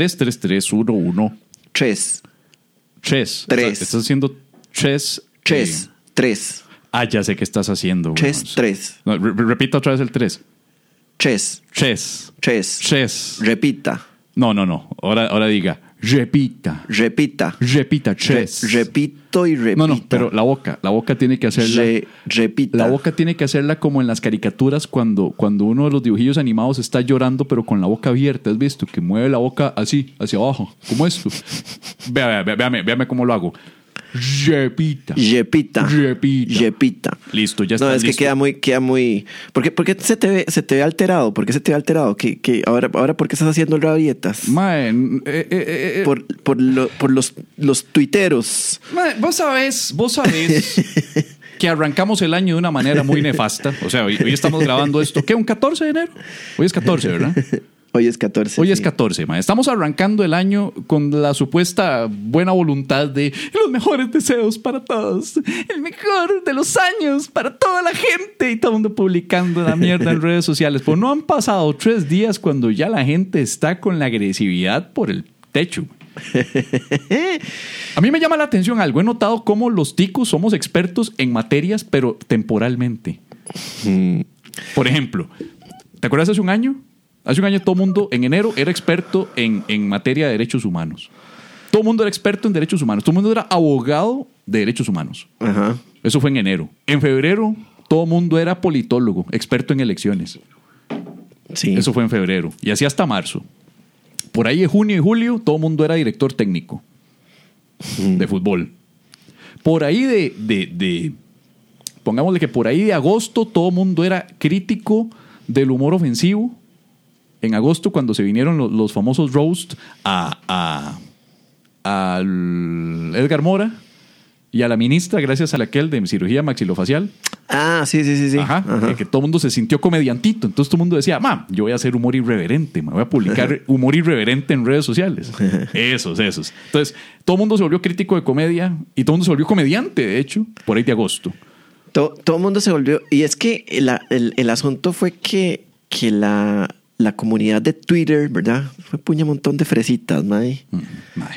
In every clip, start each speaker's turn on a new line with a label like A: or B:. A: 1-1-3-3-3-3-1-1.
B: Tres.
A: Chess.
B: Tres.
A: Estás, estás haciendo chess.
B: Tres.
A: eh,
B: Tres.
A: ah, ya sé qué estás haciendo.
B: Chess,
A: weón.
B: tres.
A: No, re- re- repita otra vez el 3.
B: Tres.
A: Chess.
B: Tres.
A: Chess.
B: Repita.
A: No, no, no. Ahora, ahora diga. Repita.
B: Repita.
A: Repita.
B: Re-
A: Chess.
B: repito y repito.
A: No, no, pero la boca. La boca tiene que hacerla.
B: Re- repita.
A: La boca tiene que hacerla como en las caricaturas cuando, cuando uno de los dibujillos animados está llorando, pero con la boca abierta. ¿Has visto? Que mueve la boca así, hacia abajo, como esto. Vea, vea, vea, véame, véame cómo lo hago. Repita.
B: Repita.
A: Repita.
B: Repita.
A: Listo, ya está.
B: No, es
A: listo.
B: que queda muy, queda muy. ¿Por qué, por qué se, te ve, se te ve alterado? ¿Por qué se te ve alterado? ¿Qué, qué- ahora, ahora, ¿por qué estás haciendo rabietas?
A: Mae, eh, eh, eh, eh,
B: Por, por, lo- por los, los tuiteros.
A: Mae, vos sabés, vos sabés que arrancamos el año de una manera muy nefasta. O sea, hoy, hoy estamos grabando esto. ¿Qué? ¿Un 14 de enero? Hoy es 14, ¿verdad?
B: Hoy es 14.
A: Hoy es
B: sí.
A: 14, mae. Estamos arrancando el año con la supuesta buena voluntad de los mejores deseos para todos, el mejor de los años para toda la gente y todo el mundo publicando la mierda en redes sociales. Pues no han pasado tres días cuando ya la gente está con la agresividad por el techo. A mí me llama la atención algo. He notado cómo los ticos somos expertos en materias, pero temporalmente. Por ejemplo, ¿te acuerdas hace un año? Hace un año todo mundo en enero era experto en, en materia de derechos humanos. Todo mundo era experto en derechos humanos. Todo mundo era abogado de derechos humanos.
B: Ajá.
A: Eso fue en enero. En febrero todo mundo era politólogo, experto en elecciones.
B: Sí.
A: Eso fue en febrero. Y así hasta marzo. Por ahí en junio y julio, todo el mundo era director técnico de fútbol. Por ahí de, de, de- pongámosle que por ahí de agosto, todo el mundo era crítico del humor ofensivo. En agosto, cuando se vinieron lo- los, famosos roast a, a, al Edgar Mora y a la ministra, gracias a la aquel de cirugía maxilofacial.
B: Ah, sí, sí, sí. sí.
A: Ajá, Eh,
B: Ajá.
A: Que, que todo el mundo se sintió comediantito. Entonces todo el mundo decía, mam, yo voy a hacer humor irreverente, me voy a publicar humor irreverente en redes sociales. Esos, esos. Entonces todo el mundo se volvió crítico de comedia y todo el mundo se volvió comediante, de hecho, por ahí de agosto.
B: To- todo el mundo se volvió. Y es que la- el, el asunto fue que, que la, la comunidad de Twitter, ¿verdad? Fue puña montón de fresitas, mae.
A: Mm, madre.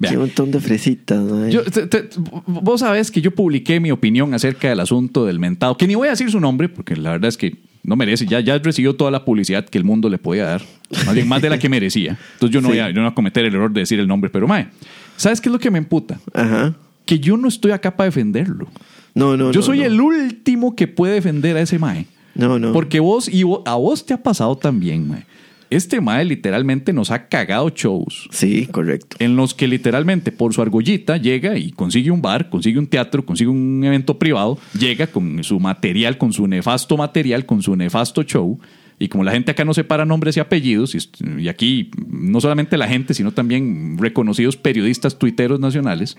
A: Vea,
B: Qué montón de fresitas, mae.
A: yo- te- te- vos sabés que yo publiqué mi opinión acerca del asunto del mentado, que ni voy a decir su nombre, porque la verdad es que no merece, ya, ya recibió toda la publicidad que el mundo le podía dar, más, bien, más de la que merecía. Entonces yo no, voy a, yo no voy a cometer el error de decir el nombre, pero mae, ¿sabes qué es lo que me emputa?
B: Ajá.
A: que yo no estoy acá para defenderlo.
B: No, no.
A: yo
B: no,
A: soy
B: no.
A: el último que puede defender a ese mae.
B: No, no.
A: Porque vos y vo- a vos te ha pasado también, mae. Este mae literalmente nos ha cagado shows
B: Sí, correcto.
A: en los que literalmente por su argollita llega y consigue un bar, consigue un teatro, consigue un evento privado, llega con su material, con su nefasto material, con su nefasto show. Y como la gente acá no separa nombres y apellidos, y est- y aquí no solamente la gente, sino también reconocidos periodistas tuiteros nacionales.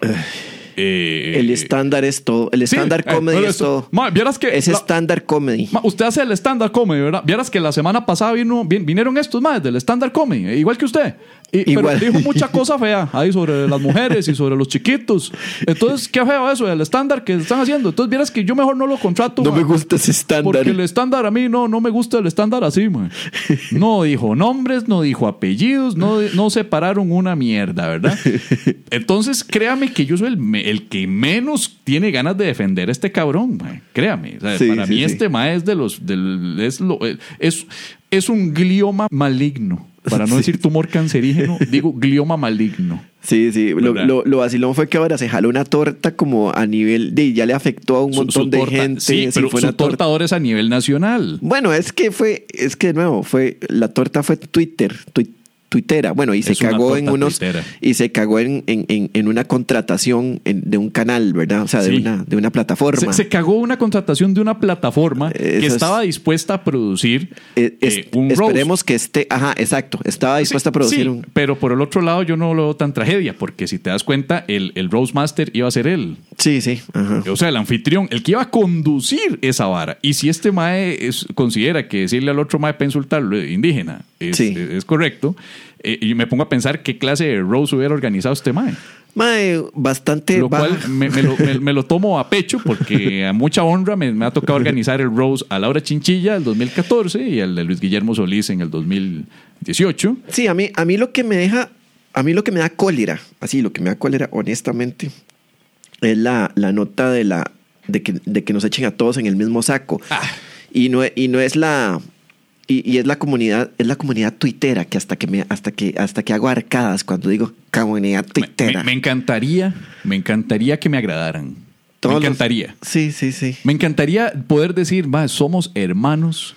A: eh,
B: El estándar es todo. El
A: Sí,
B: estándar
A: eh,
B: comedy
A: pero
B: es
A: eso-
B: todo.
A: Ma, vieras que
B: es
A: la-
B: estándar comedy.
A: Ma, usted hace el stand-up comedy, ¿verdad? Vieras que la semana pasada vino, vin- vinieron estos más del stand-up comedy, eh, igual que usted. Y,
B: Igual.
A: Pero dijo mucha cosa fea ahí sobre las mujeres y sobre los chiquitos. Entonces, qué feo eso, el estándar que están haciendo. Entonces, vieras que yo mejor no lo contrato.
B: no
A: ma,
B: me gusta ese estándar.
A: Porque el estándar a mí no, no me gusta el estándar así, ma. No dijo nombres, no dijo apellidos, no, no separaron una mierda, ¿verdad? Entonces, créame que yo soy el, me- el que menos tiene ganas de defender a este cabrón, ma. Créame. O sea,
B: Sí,
A: para
B: sí,
A: mí
B: sí.
A: este ma es de los del- es, lo- eh, es, es un glioma maligno. Para no decir tumor cancerígeno, digo glioma maligno.
B: Sí, sí. Lo,
A: ¿Verdad?
B: lo, lo vacilón fue que ahora se jaló una torta como a nivel de. Ya le afectó a un
A: Su-
B: montón
A: su
B: de
A: torta-
B: gente.
A: Sí, pero
B: fue
A: su
B: una torta.
A: torta ahora es a nivel nacional.
B: Bueno, es que fue. Es que de nuevo, fue. La torta fue Twitter. tui- Tuitera. Bueno, y se
A: Es una
B: cagó en
A: torta
B: unos.
A: tuitera.
B: Y se cagó en, en, en, en una contratación en- de un canal, ¿verdad? O sea, de,
A: Sí.
B: una, de una
A: Se,
B: plataforma.
A: se cagó una contratación de una plataforma que
B: Eso es-
A: estaba dispuesta a producir
B: Eh, es-
A: eh, un roast.
B: esperemos que esté. Ajá, exacto. Estaba dispuesta a producir
A: Sí,
B: un.
A: Pero por el otro lado, yo no lo veo tan tragedia, porque si te das cuenta, el, el roast master iba a ser él.
B: Sí, sí. Ajá.
A: O sea, el anfitrión, el que iba a conducir esa vara. Y si este mae es- considera que decirle al otro mae para insultarlo, eh, indígena, es,
B: Sí.
A: es- es correcto, eh, y me pongo a pensar qué clase de roast hubiera organizado este mae.
B: Mae, bastante
A: Lo cual
B: baja.
A: me, me lo, me- me lo tomo a pecho porque a mucha honra me, me ha tocado organizar el Rose a Laura Chinchilla el 2014 y el de Luis Guillermo Solís en el 2018.
B: Sí, a mí, a mí lo que me deja, a mí lo que me da cólera, así, lo que me da cólera, honestamente, es la, la nota de la de que, de que nos echen a todos en el mismo saco.
A: Ah.
B: Y no, e- y no es la y, y es la comunidad, es la comunidad tuitera que hasta que me, hasta que, hasta que hago arcadas cuando digo comunidad
A: Me, me-
B: tuitera.
A: me encantaría, me encantaría que me agradaran.
B: Todos
A: me
B: los-
A: encantaría.
B: sí, sí, sí.
A: Me encantaría poder decir, "Ma, somos hermanos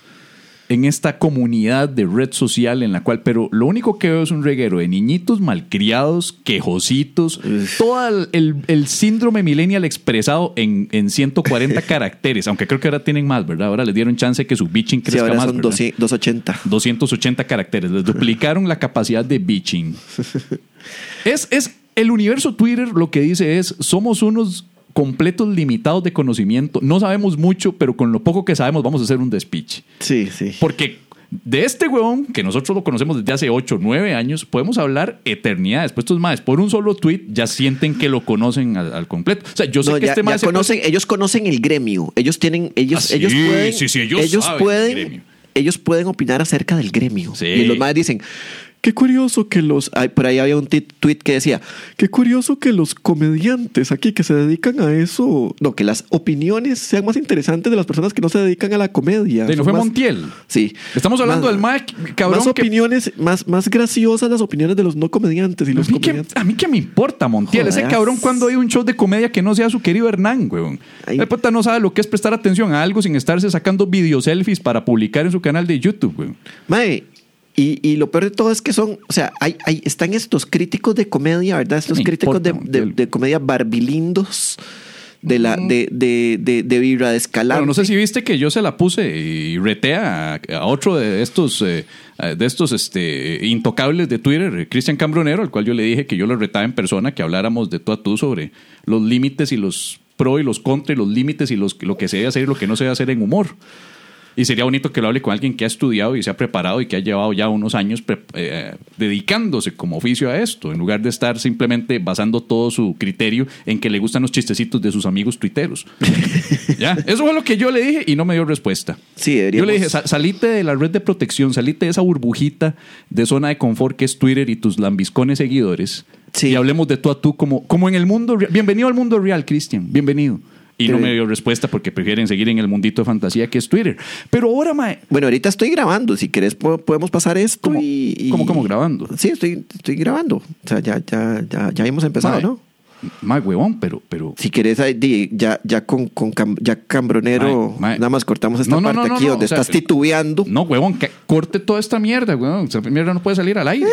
A: en esta comunidad de red social en la cual, pero lo único que veo es un reguero de niñitos malcriados, quejositos, todo el, el- el síndrome millennial expresado en, en 140 caracteres, aunque creo que ahora tienen más, ¿verdad? Ahora les dieron chance que su bitching
B: Sí,
A: crezca
B: ahora
A: más.
B: son
A: ¿verdad?
B: 200 280.
A: 280 caracteres. Les duplicaron la capacidad de bitching. Es, es el universo Twitter lo que dice es, somos unos completos limitados de conocimiento. No sabemos mucho, pero con lo poco que sabemos vamos a hacer un despiche.
B: Sí, sí.
A: Porque de este huevón, que nosotros lo conocemos desde hace 8, 9 años, podemos hablar eternidades. Pues estos más, por un solo tweet ya sienten que lo conocen al, al completo. O sea, yo sé
B: No,
A: que
B: ya,
A: este
B: ya
A: más
B: conocen, ellos conocen el gremio. Ellos tienen, ellos,
A: Ah, sí,
B: ellos pueden,
A: sí, sí, ellos saben
B: pueden,
A: el gremio.
B: ellos pueden opinar acerca del gremio.
A: Sí.
B: Y los más dicen, qué curioso que los, ay, por ahí había un tit- tweet que decía, qué curioso que los comediantes aquí que se dedican a eso, no, que las opiniones sean más interesantes de las personas que no se dedican a la comedia.
A: Sí, no
B: Son
A: fue
B: más-
A: Montiel.
B: Sí.
A: Estamos hablando del mae, cabrón,
B: Más
A: que-
B: opiniones, más, más graciosas las opiniones de los no comediantes y los
A: a mí, que,
B: comediantes.
A: a mí que me importa, Montiel.
B: Joder.
A: Ese cabrón cuando hay un show de comedia que no sea su querido Hernán, weón.
B: Ay.
A: El puta no sabe lo que es prestar atención a algo sin estarse sacando video selfies para publicar en su canal de YouTube, weón.
B: Mae, y, y lo peor de todo es que son, o sea, hay, hay, están estos críticos de comedia, ¿verdad? Estos
A: Me
B: críticos
A: importa,
B: de, de-
A: Montiel.
B: de comedia barbilindos, de la, de, de, de, de vibra de escalante.
A: Bueno, no sé si viste que yo se la puse y retea a, a otro de estos, eh, de estos este, intocables de Twitter, Cristian Cambronero, al cual yo le dije que yo lo retaba en persona, que habláramos de tú a tú sobre los límites y los pro y los contra y los límites y los, lo que se debe hacer y lo que no se debe hacer en humor. Y sería bonito que lo hable con alguien que ha estudiado y se ha preparado y que ha llevado ya unos años pre- eh, dedicándose como oficio a esto, en lugar de estar simplemente basando todo su criterio en que le gustan los chistecitos de sus amigos tuiteros. ya, eso fue lo que yo le dije y no me dio respuesta.
B: Sí,
A: Yo
B: deberíamos-
A: le dije, "Sa- salite de la red de protección, salite de esa burbujita de zona de confort que es Twitter y tus lambiscones seguidores.
B: Sí.
A: Y hablemos de tú a tú como, como en el mundo. re- Bienvenido al mundo real, Cristian. Bienvenido. Y no
B: Pero-
A: me dio respuesta porque prefieren seguir en el mundito de fantasía que es Twitter. Pero ahora, mae,
B: Bueno, ahorita estoy grabando, si querés po- podemos pasar esto
A: ¿Cómo?
B: y, y-
A: ¿Cómo, cómo grabando?
B: Sí, estoy, estoy grabando. O sea, ya, ya, ya, ya hemos empezado,
A: mae,
B: ¿no?
A: Mae, huevón, pero, pero.
B: Si querés, ahí di- ya, ya con, con cam- ya Cambronero,
A: Mae, mae.
B: nada más cortamos esta
A: No, no,
B: parte
A: no, no,
B: aquí
A: no,
B: donde
A: o sea,
B: estás titubeando.
A: No, huevón, que corte toda esta mierda, huevón. Esa mierda no puede salir al aire.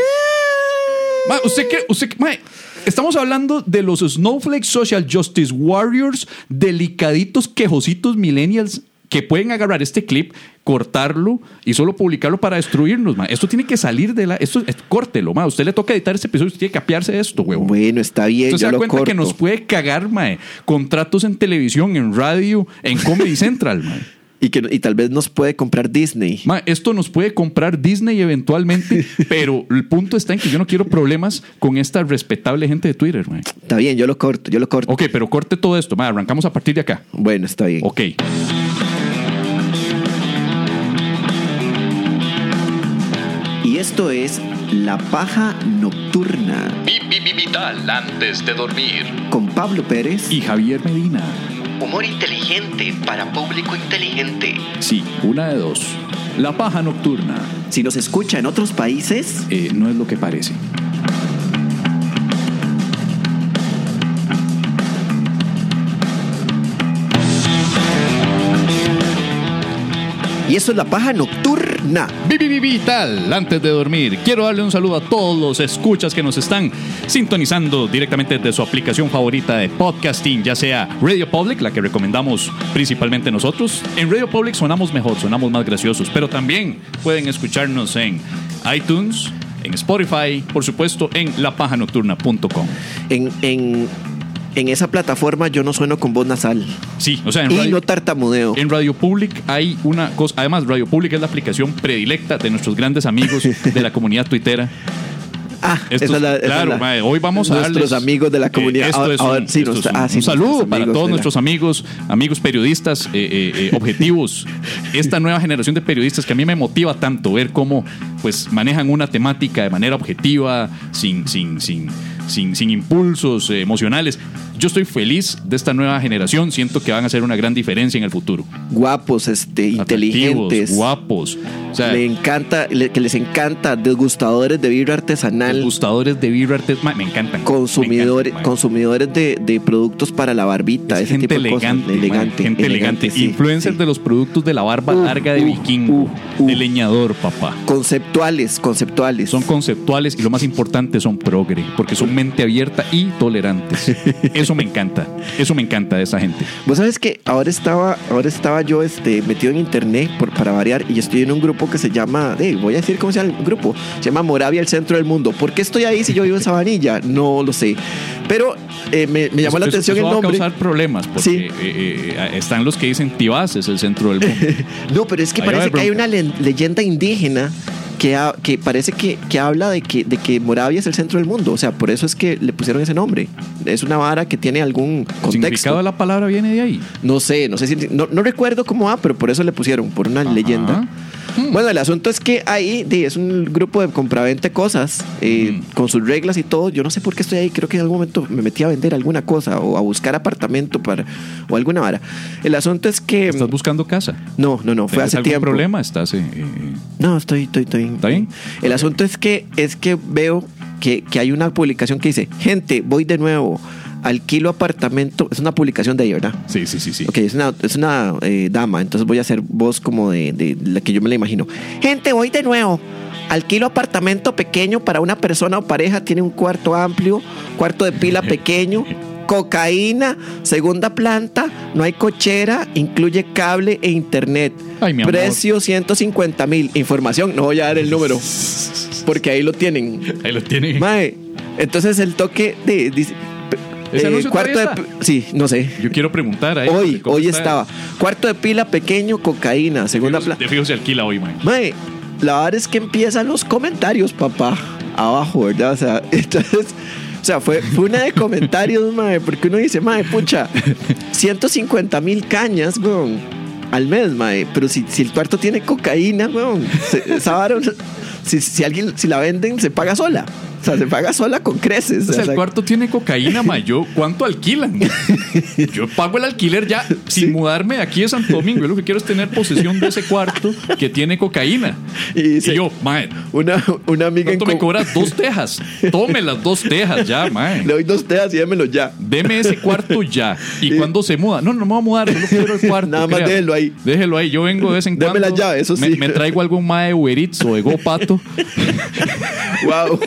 A: Mae, usted que, usted que- mae, estamos hablando de los Snowflake Social Justice Warriors, delicaditos quejositos millennials que pueden agarrar este clip, cortarlo y solo publicarlo para destruirnos, mae. Esto tiene que salir de la. Esto, esto- córtelo, mae. Usted le toca editar este episodio, usted tiene que apiarse de esto, huevón.
B: Bueno, está bien,
A: Usted se
B: yo
A: da
B: lo
A: cuenta
B: corto.
A: que nos puede cagar, mae. Contratos en televisión, en radio, en Comedy Central, mae.
B: Y, que, y tal vez nos puede comprar Disney.
A: Mae, esto nos puede comprar Disney eventualmente, pero el punto está en que yo no quiero problemas con esta respetable gente de Twitter, mae.
B: Está bien, yo lo corto, yo lo corto.
A: Ok, pero corte todo esto, mae. Arrancamos a partir de acá.
B: Bueno, está bien.
A: Ok.
B: Y esto es La Paja Nocturna
A: Vital antes de dormir.
B: con Pablo Pérez.
A: Y Javier Medina.
B: humor inteligente para público inteligente.
A: Sí, una de dos. La paja nocturna
B: Si nos escucha en otros países,
A: eh, no es lo que parece.
B: y eso es La Paja Nocturna.
A: Vivi Vital, antes de dormir, quiero darle un saludo a todos los escuchas que nos están sintonizando directamente desde su aplicación favorita de podcasting, ya sea Radio Public, la que recomendamos principalmente nosotros. En Radio Public sonamos mejor, sonamos más graciosos, pero también pueden escucharnos en iTunes, en Spotify, por supuesto en lapajanocturna.com.
B: En, en, en esa plataforma yo no sueno con voz nasal
A: Sí, o sea, en
B: y
A: Radio...
B: no tartamudeo.
A: En Radio Public hay una cosa, además Radio Public es la aplicación predilecta de nuestros grandes amigos de la comunidad tuitera.
B: Ah,
A: Esto
B: esa
A: es-
B: es la- esa es
A: claro,
B: la-
A: mae, hoy vamos a
B: Nuestros
A: darles,
B: amigos de la
A: eh,
B: comunidad.
A: esto
B: Ah,
A: es
B: ah,
A: un,
B: sí,
A: esto
B: nuestra-
A: es un-
B: ah, sí,
A: un saludo
B: nuestros
A: para
B: amigos
A: todos
B: de la-
A: nuestros amigos, amigos periodistas, eh, eh, eh, objetivos. Esta nueva generación de periodistas que a mí me motiva tanto ver cómo pues manejan una temática de manera objetiva, sin, sin, sin, sin, sin impulsos eh, emocionales. Yo estoy feliz de esta nueva generación. Siento que van a hacer una gran diferencia en el futuro.
B: Guapos, este,
A: Atractivos,
B: inteligentes.
A: guapos. O sea,
B: Le encanta, le- que les encanta, desgustadores de vibra artesanal,
A: gustadores de vibra artesanal. Me encantan.
B: consumidores,
A: me encantan, mae.
B: consumidores de, de productos para la barbita,
A: Es
B: ese
A: gente
B: tipo de cosas.
A: elegante, man, gente elegante.
B: sí,
A: Influencers
B: sí.
A: de los productos de la barba
B: Uh,
A: larga de
B: uh,
A: vikingo,
B: uh, uh.
A: de leñador, papá.
B: Conceptuales, conceptuales.
A: Son conceptuales y lo más importante son progre, porque son mente abierta y tolerantes. Eso me encanta. Eso me encanta de esa gente.
B: Vos sabes que ahora estaba, ahora estaba yo este, metido en internet por, para variar y estoy en un grupo que se llama, eh, voy a decir cómo se llama el grupo, se llama Moravia, el centro del mundo. ¿Por qué estoy ahí si yo vivo en Sabanilla? No lo sé. Pero eh, me, me llamó la
A: Eso-
B: atención
A: eso
B: el
A: va a
B: nombre.
A: causar problemas, porque
B: Sí.
A: eh, eh, eh, están los que dicen Tibás es el centro del mundo.
B: No, pero es que
A: Ahí va
B: parece
A: el
B: que hay
A: bronca.
B: una le- leyenda indígena que, ha- que parece que, que habla de que, de que Moravia es el centro del mundo. O sea, por eso es que le pusieron ese nombre. Es una vara que tiene algún
A: El significado
B: contexto.
A: de la palabra viene de ahí.
B: No sé, no sé si. No, no recuerdo cómo va, pero por eso le pusieron, por una
A: Ajá.
B: leyenda.
A: Mm.
B: Bueno, el asunto es que ahí di, es un grupo de compraventa de cosas, eh,
A: Mm.
B: con sus reglas y todo. Yo no sé por qué estoy ahí. Creo que en algún momento me metí a vender alguna cosa o a buscar apartamento para, o alguna vara. El asunto es que.
A: Estás buscando casa.
B: No, no, no, fue
A: ¿Tienes
B: hace
A: algún
B: tiempo.
A: problema? Estás. eh, eh, eh,
B: No, estoy, estoy, estoy.
A: ¿Está bien?
B: El asunto es que, es que veo que, que hay una publicación que dice: Gente, voy de nuevo, alquilo apartamento. Es una publicación de ahí, ¿verdad?
A: Sí, sí, sí, sí.
B: Ok, es una, es una eh, dama, entonces voy a hacer voz como de, de la que yo me la imagino. Gente, voy de nuevo. Alquilo apartamento pequeño para una persona o pareja, tiene un cuarto amplio, cuarto de pila pequeño, cocaína, segunda planta, no hay cochera, incluye cable e internet.
A: Ay, mi amor.
B: Precio 150 mil. Información, no voy a dar el número, porque ahí lo tienen.
A: Ahí lo tienen.
B: Mae, entonces el toque de... dice, eh,
A: ¿Ese anuncio
B: cuarto de...
A: todavía
B: p- Sí, no sé.
A: Yo quiero preguntar ahí,
B: Hoy,
A: ¿cómo
B: hoy
A: está?
B: estaba. Cuarto de pila pequeño, cocaína, segunda planta.
A: De fijo se alquila hoy, man.
B: Mae, la verdad es que empiezan los comentarios, papá. Abajo, ¿verdad? O sea, entonces. O sea, fue, fue una de comentarios, mae, porque uno dice, mae, pucha, 150 mil cañas, weón, al mes, mae. Pero si, si el cuarto tiene cocaína, weón, se- esa vara, si, si alguien, si la venden, se paga sola. O sea, se paga sola con creces.
A: O sea, el cuarto tiene cocaína, ma. Yo, ¿cuánto alquilan? Yo pago el alquiler ya sin mudarme de aquí de Santo Domingo. Yo lo que quiero es tener posesión de ese cuarto que tiene cocaína.
B: Y
A: Y,
B: dice-
A: yo, mae,
B: Una, una amiga en
A: ¿cuánto me
B: co-
A: cobras? Dos tejas. Tome las dos tejas ya, mae.
B: Le doy dos teas y démelo ya.
A: Deme ese cuarto ya. ¿Y
B: Y-
A: cuando se muda? No, no me voy a mudar, solo quiero el cuarto.
B: Nada más
A: créame.
B: déjelo ahí.
A: Déjelo ahí. Yo vengo de vez en
B: Deme
A: cuando.
B: la llave, eso
A: Me,
B: sí.
A: me traigo algún mae de Uber Eats o de GoPato.
B: Wow.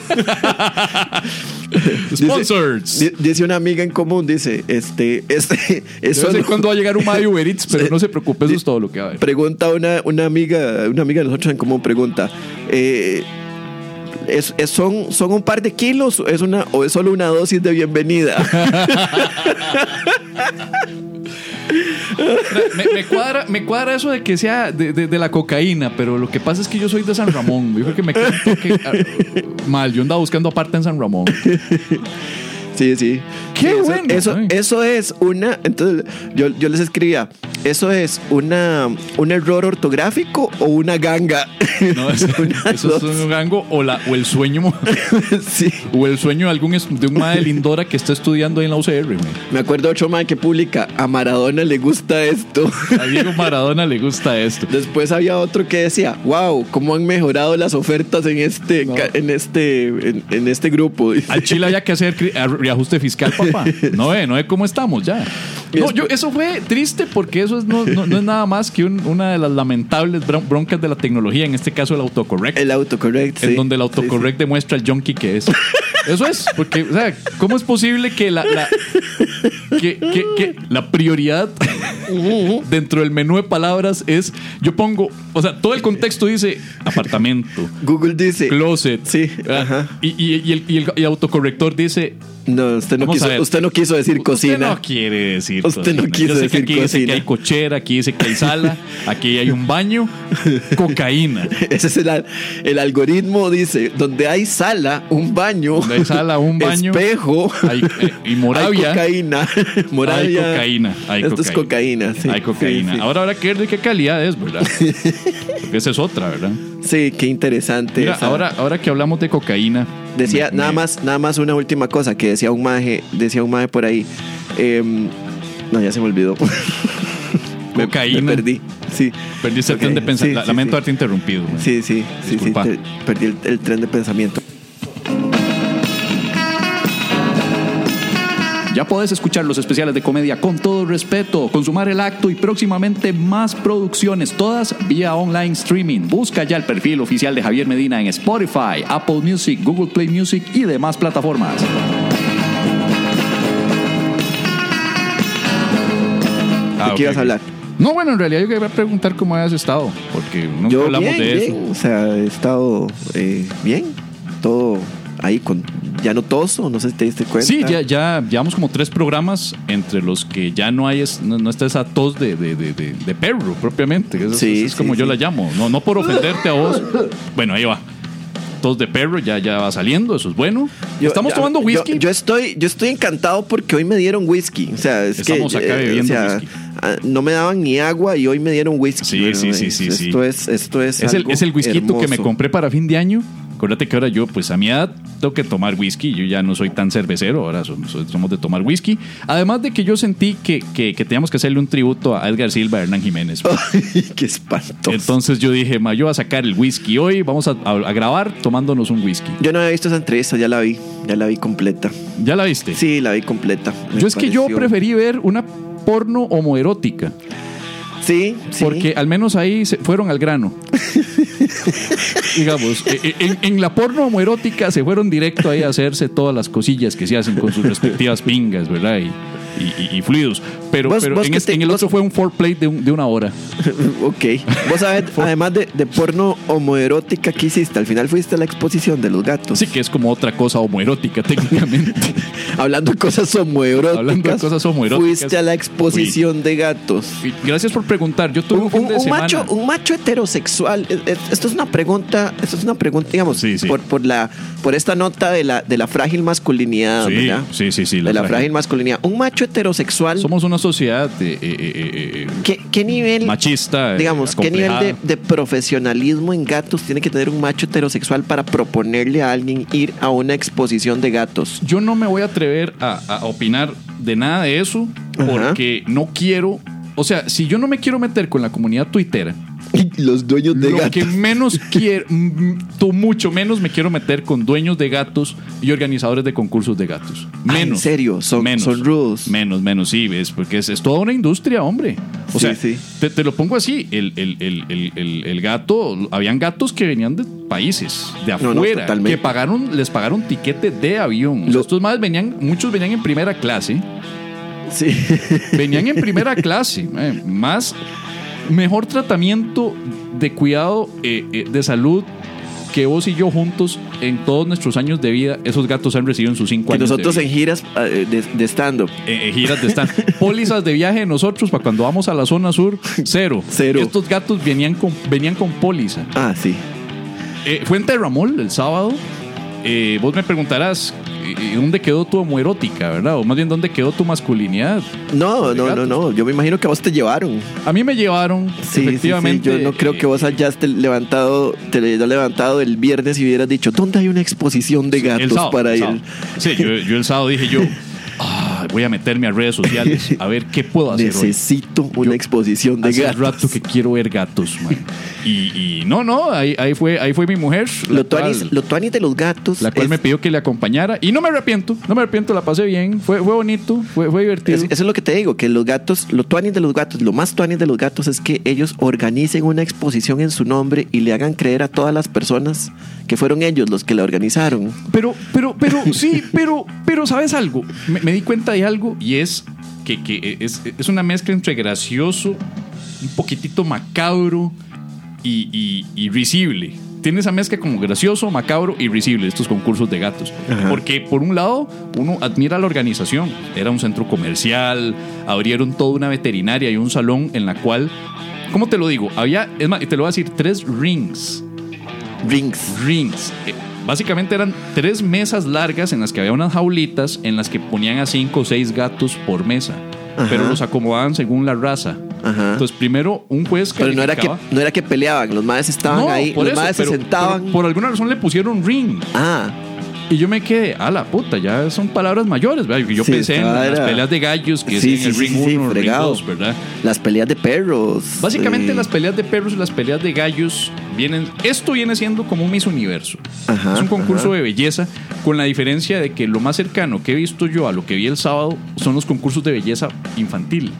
A: Sponsors.
B: Dice, di- dice una amiga en común, dice, este, este,
A: Yo
B: eso
A: no sé
B: no-
A: cuándo va a llegar un mae de Uber Eats, pero no se preocupe, eso es todo lo que va a haber.
B: pregunta una, una amiga, una amiga de nosotros en común pregunta, eh, ¿es, es- son, ¿son un par de kilos es una, o es solo una dosis de bienvenida?
A: Me, me cuadra, me cuadra eso de que sea de, de- de la cocaína, pero lo que pasa es que yo soy de San Ramón. Yo creo que me queda un toque, ah, mal. Yo andaba buscando aparte en San Ramón.
B: Sí, sí.
A: Qué
B: eso,
A: bueno.
B: Eso,
A: Ay.
B: eso es una, entonces yo, yo les escribía, ¿eso es una, un error ortográfico o una ganga?
A: No, eso,
B: Una
A: eso es un gango o, la, o el sueño mo-
B: dos. sí.
A: o el sueño de algún es- de un madre lindora que está estudiando ahí en la UCR. man.
B: Me acuerdo otro man que publica, a Maradona le gusta esto.
A: A Diego Maradona le gusta esto.
B: Después había otro que decía, wow, cómo han mejorado las ofertas en este,
A: No.
B: ca- en este, en, en este grupo. dice.
A: Al Chile había que hacer cri- a- reajuste fiscal, papá. No ve, no ve cómo estamos ya. No, yo, eso fue triste porque eso es- no, no- no es nada más que un- una de las lamentables bron- broncas de la tecnología, en este caso el autocorrect.
B: El autocorrect, sí.
A: en donde el autocorrect demuestra el junkie que es. Eso es, porque, o sea, ¿cómo es posible que la, la- que, que- que la prioridad Dentro del menú de palabras es, yo pongo, o sea, todo el contexto dice apartamento,
B: Google dice.
A: closet.
B: Sí,
A: ¿verdad?
B: ajá.
A: Y, y- y el, y el- y el autocorrector dice.
B: No, usted no,
A: vamos a
B: quiso,
A: ver.
B: usted no quiso decir
A: Usted
B: cocina.
A: no quiere decir
B: Usted
A: cocina.
B: no quiso
A: Yo sé que
B: decir
A: aquí dice que
B: cocina.
A: hay cochera, aquí dice que hay sala, aquí hay un baño, cocaína.
B: Ese es el, al- el algoritmo, dice, donde hay sala, un baño.
A: Donde hay sala, un baño.
B: Espejo.
A: Hay, eh, y Moravia.
B: Hay cocaína. Moravia.
A: Hay cocaína. Hay
B: Esto es cocaína. sí.
A: Hay cocaína. Ah,
B: Sí, sí.
A: Ahora habrá que ver de qué calidad es, ¿verdad? Porque esa es otra, ¿verdad?
B: Sí, qué interesante.
A: Mira,
B: esa.
A: ahora, ahora que hablamos de cocaína.
B: Decía,
A: me-
B: nada
A: me-
B: más, nada más una última cosa que decía un maje, decía un maje por ahí. Em, no, ya se me olvidó. Me-
A: Cocaína.
B: Me, perdí. Sí.
A: Perdiste el tren de
B: Ok,
A: pensamiento. La-
B: sí, sí,
A: Lamento
B: sí.
A: haberte interrumpido. güey.
B: Sí, sí, sí, sí,
A: Disculpa.
B: te- perdí el, el tren de pensamiento.
A: Ya podés escuchar los especiales de comedia con todo respeto, consumar el acto y próximamente más producciones, todas vía online streaming. Busca ya el perfil oficial de Javier Medina en Spotify, Apple Music, Google Play Music y demás plataformas.
B: ¿De qué ibas a hablar?
A: Ah, No, bueno, en realidad yo quería preguntar cómo habías estado, porque nunca
B: Yo
A: hablamos
B: bien,
A: de eso.
B: bien, o sea, he estado eh, bien, todo ahí con, ya no toso, no sé si te diste cuenta.
A: Sí, ya, ya llevamos como tres programas entre los que ya no hay es- no, no está esa tos de, de, de- de- de perro propiamente. que Es,
B: Sí,
A: es como
B: sí,
A: yo
B: sí.
A: la llamo. No, no por ofenderte a vos. Bueno, ahí va. Tos de perro ya, ya va saliendo, eso es bueno.
B: Yo-
A: Estamos
B: ya-
A: tomando
B: yo-
A: whisky.
B: Yo, estoy, yo estoy encantado porque hoy me dieron whisky, o sea, es
A: Estamos
B: que
A: acá bebiendo whisky.
B: ah, no me daban ni agua y hoy me dieron whisky.
A: Sí, sí, sí, sí, sí.
B: Esto es, esto es,
A: es, el,
B: algo
A: es el whisky que me
B: hermoso.
A: compré para fin de año. Acuérdate que ahora yo, pues a mi edad, tengo que tomar whisky. Yo ya no soy tan cervecero, ahora som- so- somos de tomar whisky. Además de que yo sentí que, que, que teníamos que hacerle un tributo a Edgar Silva, a Hernán Jiménez.
B: Qué espanto.
A: Entonces yo dije, ma, yo voy a sacar el whisky hoy, vamos a, a- a grabar tomándonos un whisky.
B: Yo no había visto esa entrevista, ya la vi, ya la vi completa.
A: ¿Ya la viste?
B: Sí, la vi completa. me
A: Yo es que yo
B: pareció.
A: preferí ver una porno homoerótica,
B: Sí, sí.
A: porque al menos ahí se fueron al grano. Digamos, e- e- en, en la porno homoerótica se fueron directo ahí a hacerse todas las cosillas que se hacen con sus respectivas pingas, ¿verdad? Y, y- y- y fluidos. Pero,
B: Vos-
A: pero
B: vos
A: en,
B: que
A: este-
B: te-
A: en el
B: vos-
A: otro fue un foreplay de, un- de una hora.
B: Ok. Vos sabés, además de, de porno homoerótica que hiciste, al final fuiste a la exposición de los gatos.
A: Así que es como otra cosa homoerótica técnicamente.
B: Hablando de cosas homoeróticas.
A: Hablando de cosas homoeróticas.
B: Fuiste a la exposición de gatos.
A: Y Gracias por preguntar. Yo tuve
B: Un,
A: un, fin
B: un-
A: de
B: un
A: semana.
B: macho, un macho heterosexual. eh, eh, Esto es una pregunta, esto es una pregunta, digamos,
A: Sí, sí.
B: Por, por la, por esta nota de la, de la frágil masculinidad,
A: Sí,
B: ¿verdad?
A: sí, sí, sí, la
B: Ah, de la
A: frágil.
B: frágil. masculinidad. Un macho heterosexual,
A: Somos una sociedad de, eh, eh, eh,
B: ¿qué, qué nivel?
A: eh, machista. eh,
B: Digamos, ¿qué nivel
A: acomplejada.
B: de, de profesionalismo en gatos tiene que tener un macho heterosexual para proponerle a alguien ir a una exposición de gatos?
A: Yo no me voy a atrever a, a opinar de nada de eso
B: Ajá.
A: porque no quiero. O sea, si yo no me quiero meter con la comunidad tuitera,
B: Los dueños
A: lo que menos quiero, mm, tú mucho menos me quiero meter con dueños de gatos y organizadores de concursos de gatos.
B: Ah, ¿en
A: Menos.
B: serio? Son- son rudos.
A: Menos, menos, sí, ves, porque es, es toda una industria, hombre. O
B: Sí,
A: sea,
B: sí.
A: Te, te lo pongo así: el, el- el- el- el- el gato, habían gatos que venían de países, de
B: No, no,
A: afuera,
B: totalmente.
A: que pagaron, les pagaron tiquete de avión. O sea,
B: Lo-
A: estos más venían, muchos venían en primera clase.
B: Sí.
A: Venían en primera clase, eh, más mejor tratamiento de cuidado eh, eh, de salud que vos y yo juntos en todos nuestros años de vida, esos gatos han recibido en sus cinco
B: Que
A: años. de
B: nosotros
A: vida.
B: en giras eh, de, de stand-up.
A: Eh, eh, giras de stand. Pólizas de viaje de nosotros para cuando vamos a la zona sur, cero.
B: Cero.
A: Estos gatos venían con, venían con póliza.
B: Ah, sí.
A: Eh, fue en Terramol el sábado. Eh, vos me preguntarás, eh, ¿dónde quedó tu homoerótica, verdad? O más bien, ¿dónde quedó tu masculinidad?
B: No,
A: De
B: no, no,
A: gatos.
B: no. Yo me imagino que a vos te llevaron.
A: A mí me llevaron,
B: Sí,
A: efectivamente.
B: sí, sí. Yo no creo que vos hayas te levantado, te hayas levantado el viernes y hubieras dicho, ¿dónde hay una exposición de gatos
A: el sábado,
B: para
A: el
B: ir?
A: sábado. Ah, Sí, yo, yo el sábado dije yo, "Ah, voy a meterme a redes sociales a ver qué puedo hacer hoy".
B: Necesito una
A: Yo-
B: exposición de
A: Hace
B: gatos.
A: rato que quiero ver gatos, man. Y, y no, no, ahí, ahí fue, ahí fue mi mujer.
B: Lo
A: la cual,
B: tuanis, lo tuanis de los gatos.
A: la cual
B: es-
A: me pidió que le acompañara. Y no me arrepiento, no me arrepiento, la pasé bien. Fue, fue bonito, fue, fue divertido.
B: es- eso es lo que te digo, que los gatos, lo tuanis de los gatos, lo más tuanis de los gatos es que ellos organicen una exposición en su nombre y le hagan creer a todas las personas que fueron ellos los que la organizaron.
A: Pero, pero, pero, sí, pero, pero, ¿sabes algo? Me, me di cuenta de algo y es que, que es, es una mezcla entre gracioso, un poquitito macabro y, y, y risible. Tiene esa mezcla como gracioso, macabro y risible, estos concursos de gatos.
B: Ajá.
A: Porque por un lado, uno admira la organización. Era un centro comercial, abrieron toda una veterinaria y un salón en la cual, ¿cómo te lo digo? Había, es más, te lo voy a decir, tres rings
B: Rings.
A: rings. Eh, Básicamente eran tres mesas largas en las que había unas jaulitas en las que ponían a cinco o seis gatos por mesa,
B: Ajá.
A: pero los acomodaban según la raza.
B: Ajá.
A: Entonces primero un juez
B: Pero no era, que,
A: calificaba-
B: no era que peleaban, los madres estaban
A: No,
B: ahí,
A: por
B: los
A: eso,
B: madres se
A: pero-
B: sentaban.
A: pero por alguna razón le pusieron ring
B: Ah,
A: y yo me quedé a la puta, ya son palabras mayores, ¿verdad? yo
B: Sí,
A: pensé en
B: estaba
A: las
B: era-
A: peleas de gallos que
B: Sí,
A: es en el
B: sí, sí,
A: ring
B: sí,
A: 1, ring
B: fregado.
A: 2, ¿verdad?
B: las peleas de perros.
A: Básicamente
B: eh,
A: las peleas de perros y las peleas de gallos vienen... Esto viene siendo como un Miss Universo.
B: Ajá,
A: es un concurso
B: ajá.
A: de belleza con la diferencia de que lo más cercano que he visto yo a lo que vi el sábado son los concursos de belleza infantil.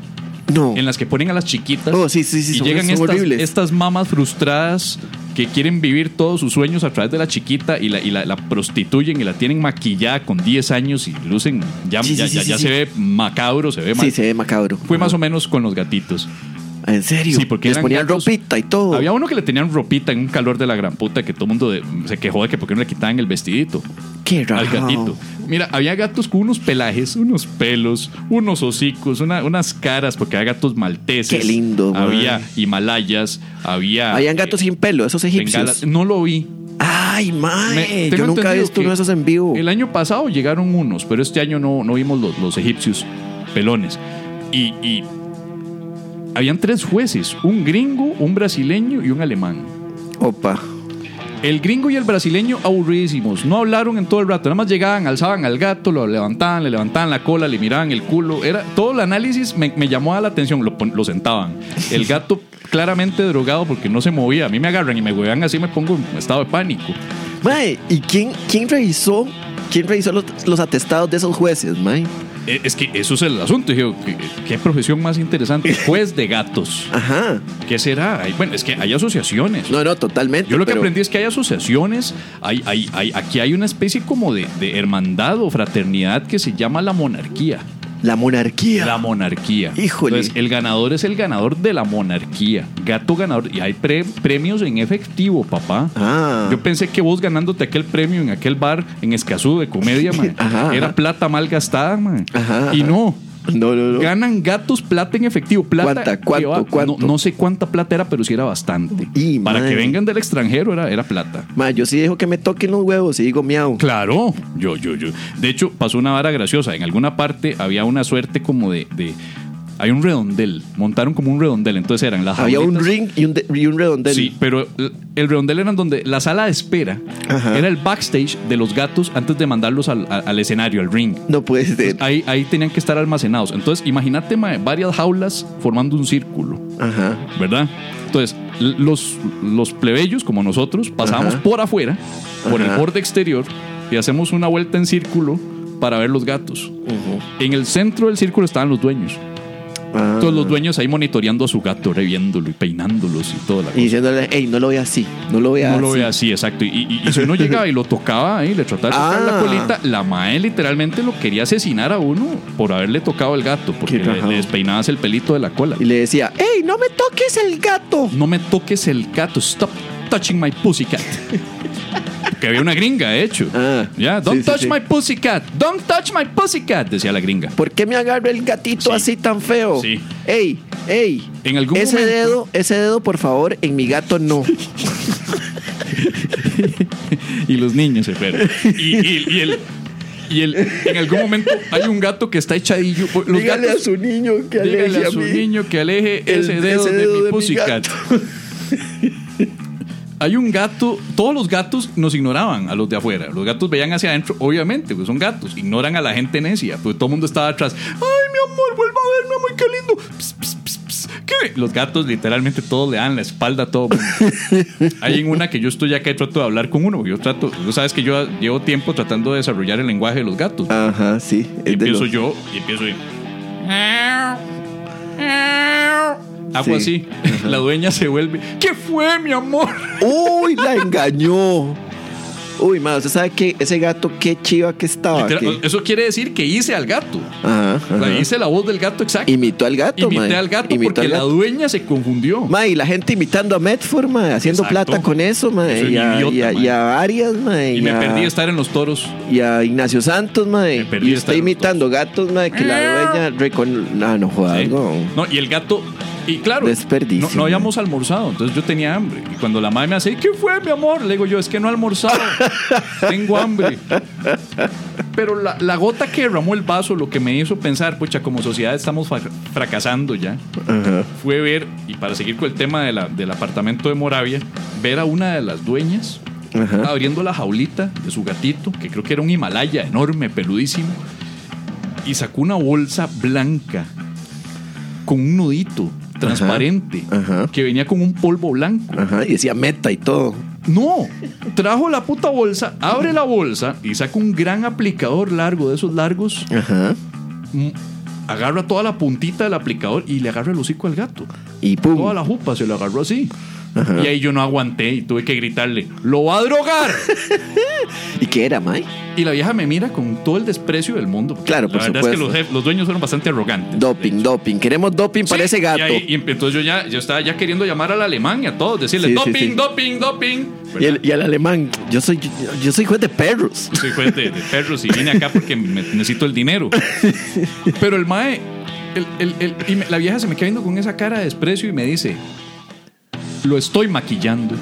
B: No.
A: En las que ponen a las chiquitas
B: Oh, sí, sí, sí,
A: y
B: son-
A: llegan
B: son
A: estas, este
B: horribles.
A: estas mamas frustradas que quieren vivir todos sus sueños a través de la chiquita y la, y la, la prostituyen y la tienen maquillada con 10 años y lucen, ya,
B: Sí, sí,
A: ya,
B: sí,
A: ya-
B: sí,
A: ya
B: sí.
A: se ve macabro, se ve mal.
B: Sí, se ve macabro. Ah,
A: Fue más o menos con los gatitos.
B: ¿En serio?
A: Sí, porque
B: les
A: eran
B: ponían
A: gatos-
B: ropita y todo.
A: Había uno que le tenían ropita en un calor de la gran puta que todo el mundo de- se quejó de que por qué no le quitaban el vestidito
B: Qué raro.
A: al gatito. Mira, había gatos con unos pelajes, unos pelos, unos hocicos, una- unas caras, porque había gatos malteses.
B: Qué lindo, man.
A: Había himalayas, había.
B: Habían gatos
A: eh,
B: sin pelo, esos egipcios.
A: bengalas. No lo vi.
B: Ay,
A: Me-
B: mae.
A: tengo
B: Yo nunca he
A: entendido
B: visto uno
A: que
B: de esos en vivo.
A: El año pasado llegaron unos, pero este año no, no vimos los, los egipcios pelones. Y, y habían tres jueces: un gringo, un brasileño y un alemán.
B: Opa.
A: El gringo y el brasileño aburridísimos. No hablaron en todo el rato. Nada más llegaban, alzaban al gato, lo levantaban, le levantaban la cola, le miraban el culo. Era, todo el análisis me, me llamó a la atención. Lo, pon- lo sentaban. El gato claramente drogado porque no se movía. A mí me agarran y me huevan así, me pongo en estado de pánico.
B: Mae, ¿y quién, quién revisó? ¿Quién revisó los, los atestados de esos jueces, mae?
A: Eh, Es que eso es el asunto. Dije, ¿qué, qué profesión más interesante? Juez de gatos.
B: Ajá.
A: ¿Qué será? Ay, Bueno, es que hay asociaciones.
B: No, no, totalmente.
A: Yo lo que
B: pero-
A: aprendí es que hay asociaciones, hay, hay, hay, aquí hay una especie como de, de hermandad o fraternidad que se llama la monarquía.
B: La monarquía.
A: La monarquía.
B: Híjole.
A: Entonces, el ganador es el ganador de la monarquía. Gato ganador. Y hay pre- premios en efectivo, papá.
B: Ah.
A: Yo pensé que vos ganándote aquel premio en aquel bar en Escazú de comedia, man,
B: Ajá,
A: era
B: ajá.
A: plata mal gastada, man.
B: Ajá,
A: y
B: ajá.
A: no.
B: No, no, no.
A: Ganan gatos plata en efectivo. Plata
B: ¿Cuánta?
A: que
B: ¿Cuánto?
A: va-
B: ¿Cuánto?
A: No, no sé cuánta plata era, pero sí era bastante.
B: Y,
A: Para
B: madre.
A: que vengan del extranjero era, era plata.
B: Mae, yo sí dejo que me toquen los huevos y digo miau.
A: Claro, yo, yo, yo. De hecho, pasó una vara graciosa. En alguna parte había una suerte como de. de- hay un redondel. Montaron como un redondel. Entonces eran las
B: Había un
A: jaulitas-
B: ring y un, de- y un redondel.
A: Sí, pero el- el redondel era donde la sala de espera
B: Ajá.
A: era el backstage de los gatos antes de mandarlos al, a- al escenario, al ring.
B: No puede ser.
A: Ahí, ahí tenían que estar almacenados. Entonces, imagínate mae, varias jaulas formando un círculo.
B: Ajá.
A: ¿verdad? Entonces, l- los, los plebeyos, como nosotros, pasamos
B: Ajá.
A: por afuera, por
B: Ajá.
A: el borde exterior, y hacemos una vuelta en círculo para ver los gatos. En el centro del círculo estaban los dueños.
B: Ah.
A: Todos los dueños ahí monitoreando a su gato, reviéndolo y peinándolos y toda la
B: Y
A: cosa.
B: diciéndole, hey, no lo vea así. No lo vea
A: No
B: así.
A: lo ve así, exacto. Y, y- y si uno llegaba y lo tocaba eh, y le trataba de tocar
B: Ah.
A: la colita, la mae literalmente lo quería asesinar a uno por haberle tocado el gato, porque
B: Qué
A: le,
B: rajado.
A: le despeinabas el pelito de la cola.
B: Y le decía, hey, no me toques el gato.
A: No me toques el gato. Stop touching my pussycat. que había una gringa, de hecho.
B: Ah,
A: ya, don't
B: sí, sí,
A: touch
B: sí.
A: my pussycat. Don't touch my pussycat, decía la gringa.
B: ¿Por qué me agarra el
A: Sí.
B: gatito así tan feo?
A: Sí.
B: Ey, ey.
A: En algún
B: ese
A: momento-
B: dedo, ese dedo, por favor, en mi gato no.
A: Y los niños se fueron. Y, y- y el. Y el, en algún momento hay un gato que está echadillo. Los
B: dígale
A: gatos,
B: a su niño que
A: dígale
B: aleje
A: a su
B: mí
A: niño que aleje
B: el-
A: ese dedo de mi pussycat.
B: gato.
A: Hay un gato, todos los gatos nos ignoraban a los de afuera. Los gatos veían hacia adentro, obviamente, pues son gatos. Ignoran a la gente necia, pues todo el mundo estaba atrás. ¡Ay, mi amor, vuelva a ver, mi amor, qué lindo! Ps, ps, ps, ps. ¿Qué? Los gatos literalmente todos le dan la espalda a todo el mundo. Hay en una que yo estoy acá y trato de hablar con uno, porque yo trato, tú sabes que yo llevo tiempo tratando de desarrollar el lenguaje de los gatos.
B: Ajá, sí.
A: Y
B: es de
A: empiezo
B: los-
A: yo y empiezo y... Hago
B: Sí.
A: así. La dueña se vuelve. ¿Qué fue, mi amor?
B: Uy, la engañó. Uy, madre, usted sabe que ese gato, qué chiva que estaba.
A: Literal-
B: que-
A: Eso quiere decir que hice al gato.
B: Ajá,
A: O sea,
B: Ah, ajá.
A: hice la voz del gato exacta.
B: Imitó al gato,
A: Imité
B: mae.
A: al gato
B: Imitó
A: porque
B: al
A: la
B: gato.
A: dueña se confundió.
B: Ma, y la gente imitando a Medford, ma, haciendo
A: Exacto.
B: plata con eso, ma,
A: Eso es
B: y, a,
A: idiota,
B: y a-
A: ma.
B: y a Arias, ma,
A: y
B: y
A: me
B: a-
A: perdí de estar en los toros.
B: y a Ignacio Santos, ma,
A: perdí
B: y
A: de estar
B: está
A: en los
B: imitando gatos, ma, que la dueña recon... Ah, no jodas,
A: ¿sí?
B: no.
A: No, y el gato. Y claro,
B: Desperdicio,
A: no, no habíamos almorzado, entonces yo tenía hambre. Y cuando la madre me hace, ¿qué fue, mi amor? Le digo yo, es que no he almorzado. Tengo hambre. Pero la, la gota que derramó el vaso, lo que me hizo pensar, pucha, como sociedad estamos fa- fracasando ya,
B: Ajá.
A: fue ver, y para seguir con el tema de la- del apartamento de Moravia, ver a una de las dueñas
B: Ajá.
A: abriendo la jaulita de su gatito, que creo que era un Himalaya enorme, peludísimo, y sacó una bolsa blanca con un nudito transparente
B: ajá.
A: que venía con un polvo blanco.
B: Ajá, y decía meta y todo.
A: No, trajo la puta bolsa, abre la bolsa y saca un gran aplicador largo de esos largos,
B: Ajá.
A: mm, agarra toda la puntita del aplicador y le agarra el hocico al gato.
B: Y pum.
A: Toda la jupa se lo agarró así. Y ahí yo no aguanté y tuve que gritarle, ¡lo va a drogar!
B: ¿Y qué era, Mae?
A: Y la vieja me mira con todo el desprecio del mundo. porque
B: Claro,
A: la
B: por
A: verdad es que
B: supuesto.
A: los, jef- los dueños fueron bastante arrogantes.
B: Doping, doping. Queremos doping para ese
A: Sí,
B: gato.
A: Y, ahí- y entonces yo ya yo estaba ya queriendo llamar a la Alemania, a todos, decirle
B: Sí, sí,
A: doping,
B: sí.
A: doping, doping.
B: Y el, y el alemán, yo soy, yo, yo soy juez de perros.
A: Soy juez de, de perros y vine acá porque me- necesito el dinero. Pero el mae, el- el- el- y me- la vieja se me queda viendo con esa cara de desprecio y me dice, lo estoy maquillando.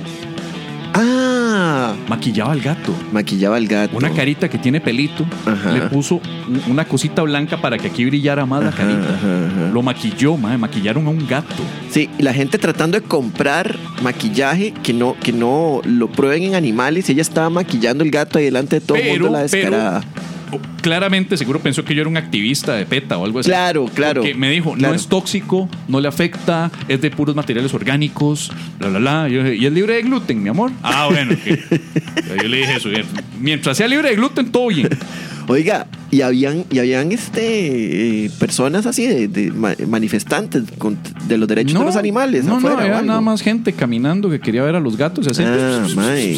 B: Ah,
A: Maquillaba al gato.
B: maquillaba al gato.
A: Una carita que tiene pelito,
B: Ajá.
A: le puso un- una cosita blanca para que aquí brillara más la carita.
B: ajá, ajá.
A: Lo maquilló, mae, maquillaron a un gato.
B: Sí, y la gente tratando de comprar maquillaje que no, que no lo prueben en animales. Y ella estaba maquillando el gato ahí delante de todo el mundo, la descarada.
A: pero, oh, claramente seguro pensó que yo era un activista de PETA o algo así.
B: Claro, claro,
A: Porque me dijo,
B: claro.
A: no es tóxico, no le afecta, es de puros materiales orgánicos, bla, bla, bla. Y yo dije, y es libre de gluten, mi amor. Ah, bueno. ok. Yo le dije eso. bien. Mientras sea libre de gluten, todo bien.
B: Oiga, y habían, y habían este, eh, personas así de, de ma- manifestantes con- de los derechos de los animales.
A: No,
B: afuera,
A: no,
B: o
A: había
B: algo.
A: nada más gente caminando que quería ver a los gatos. y así. pues,
B: Ah, mae.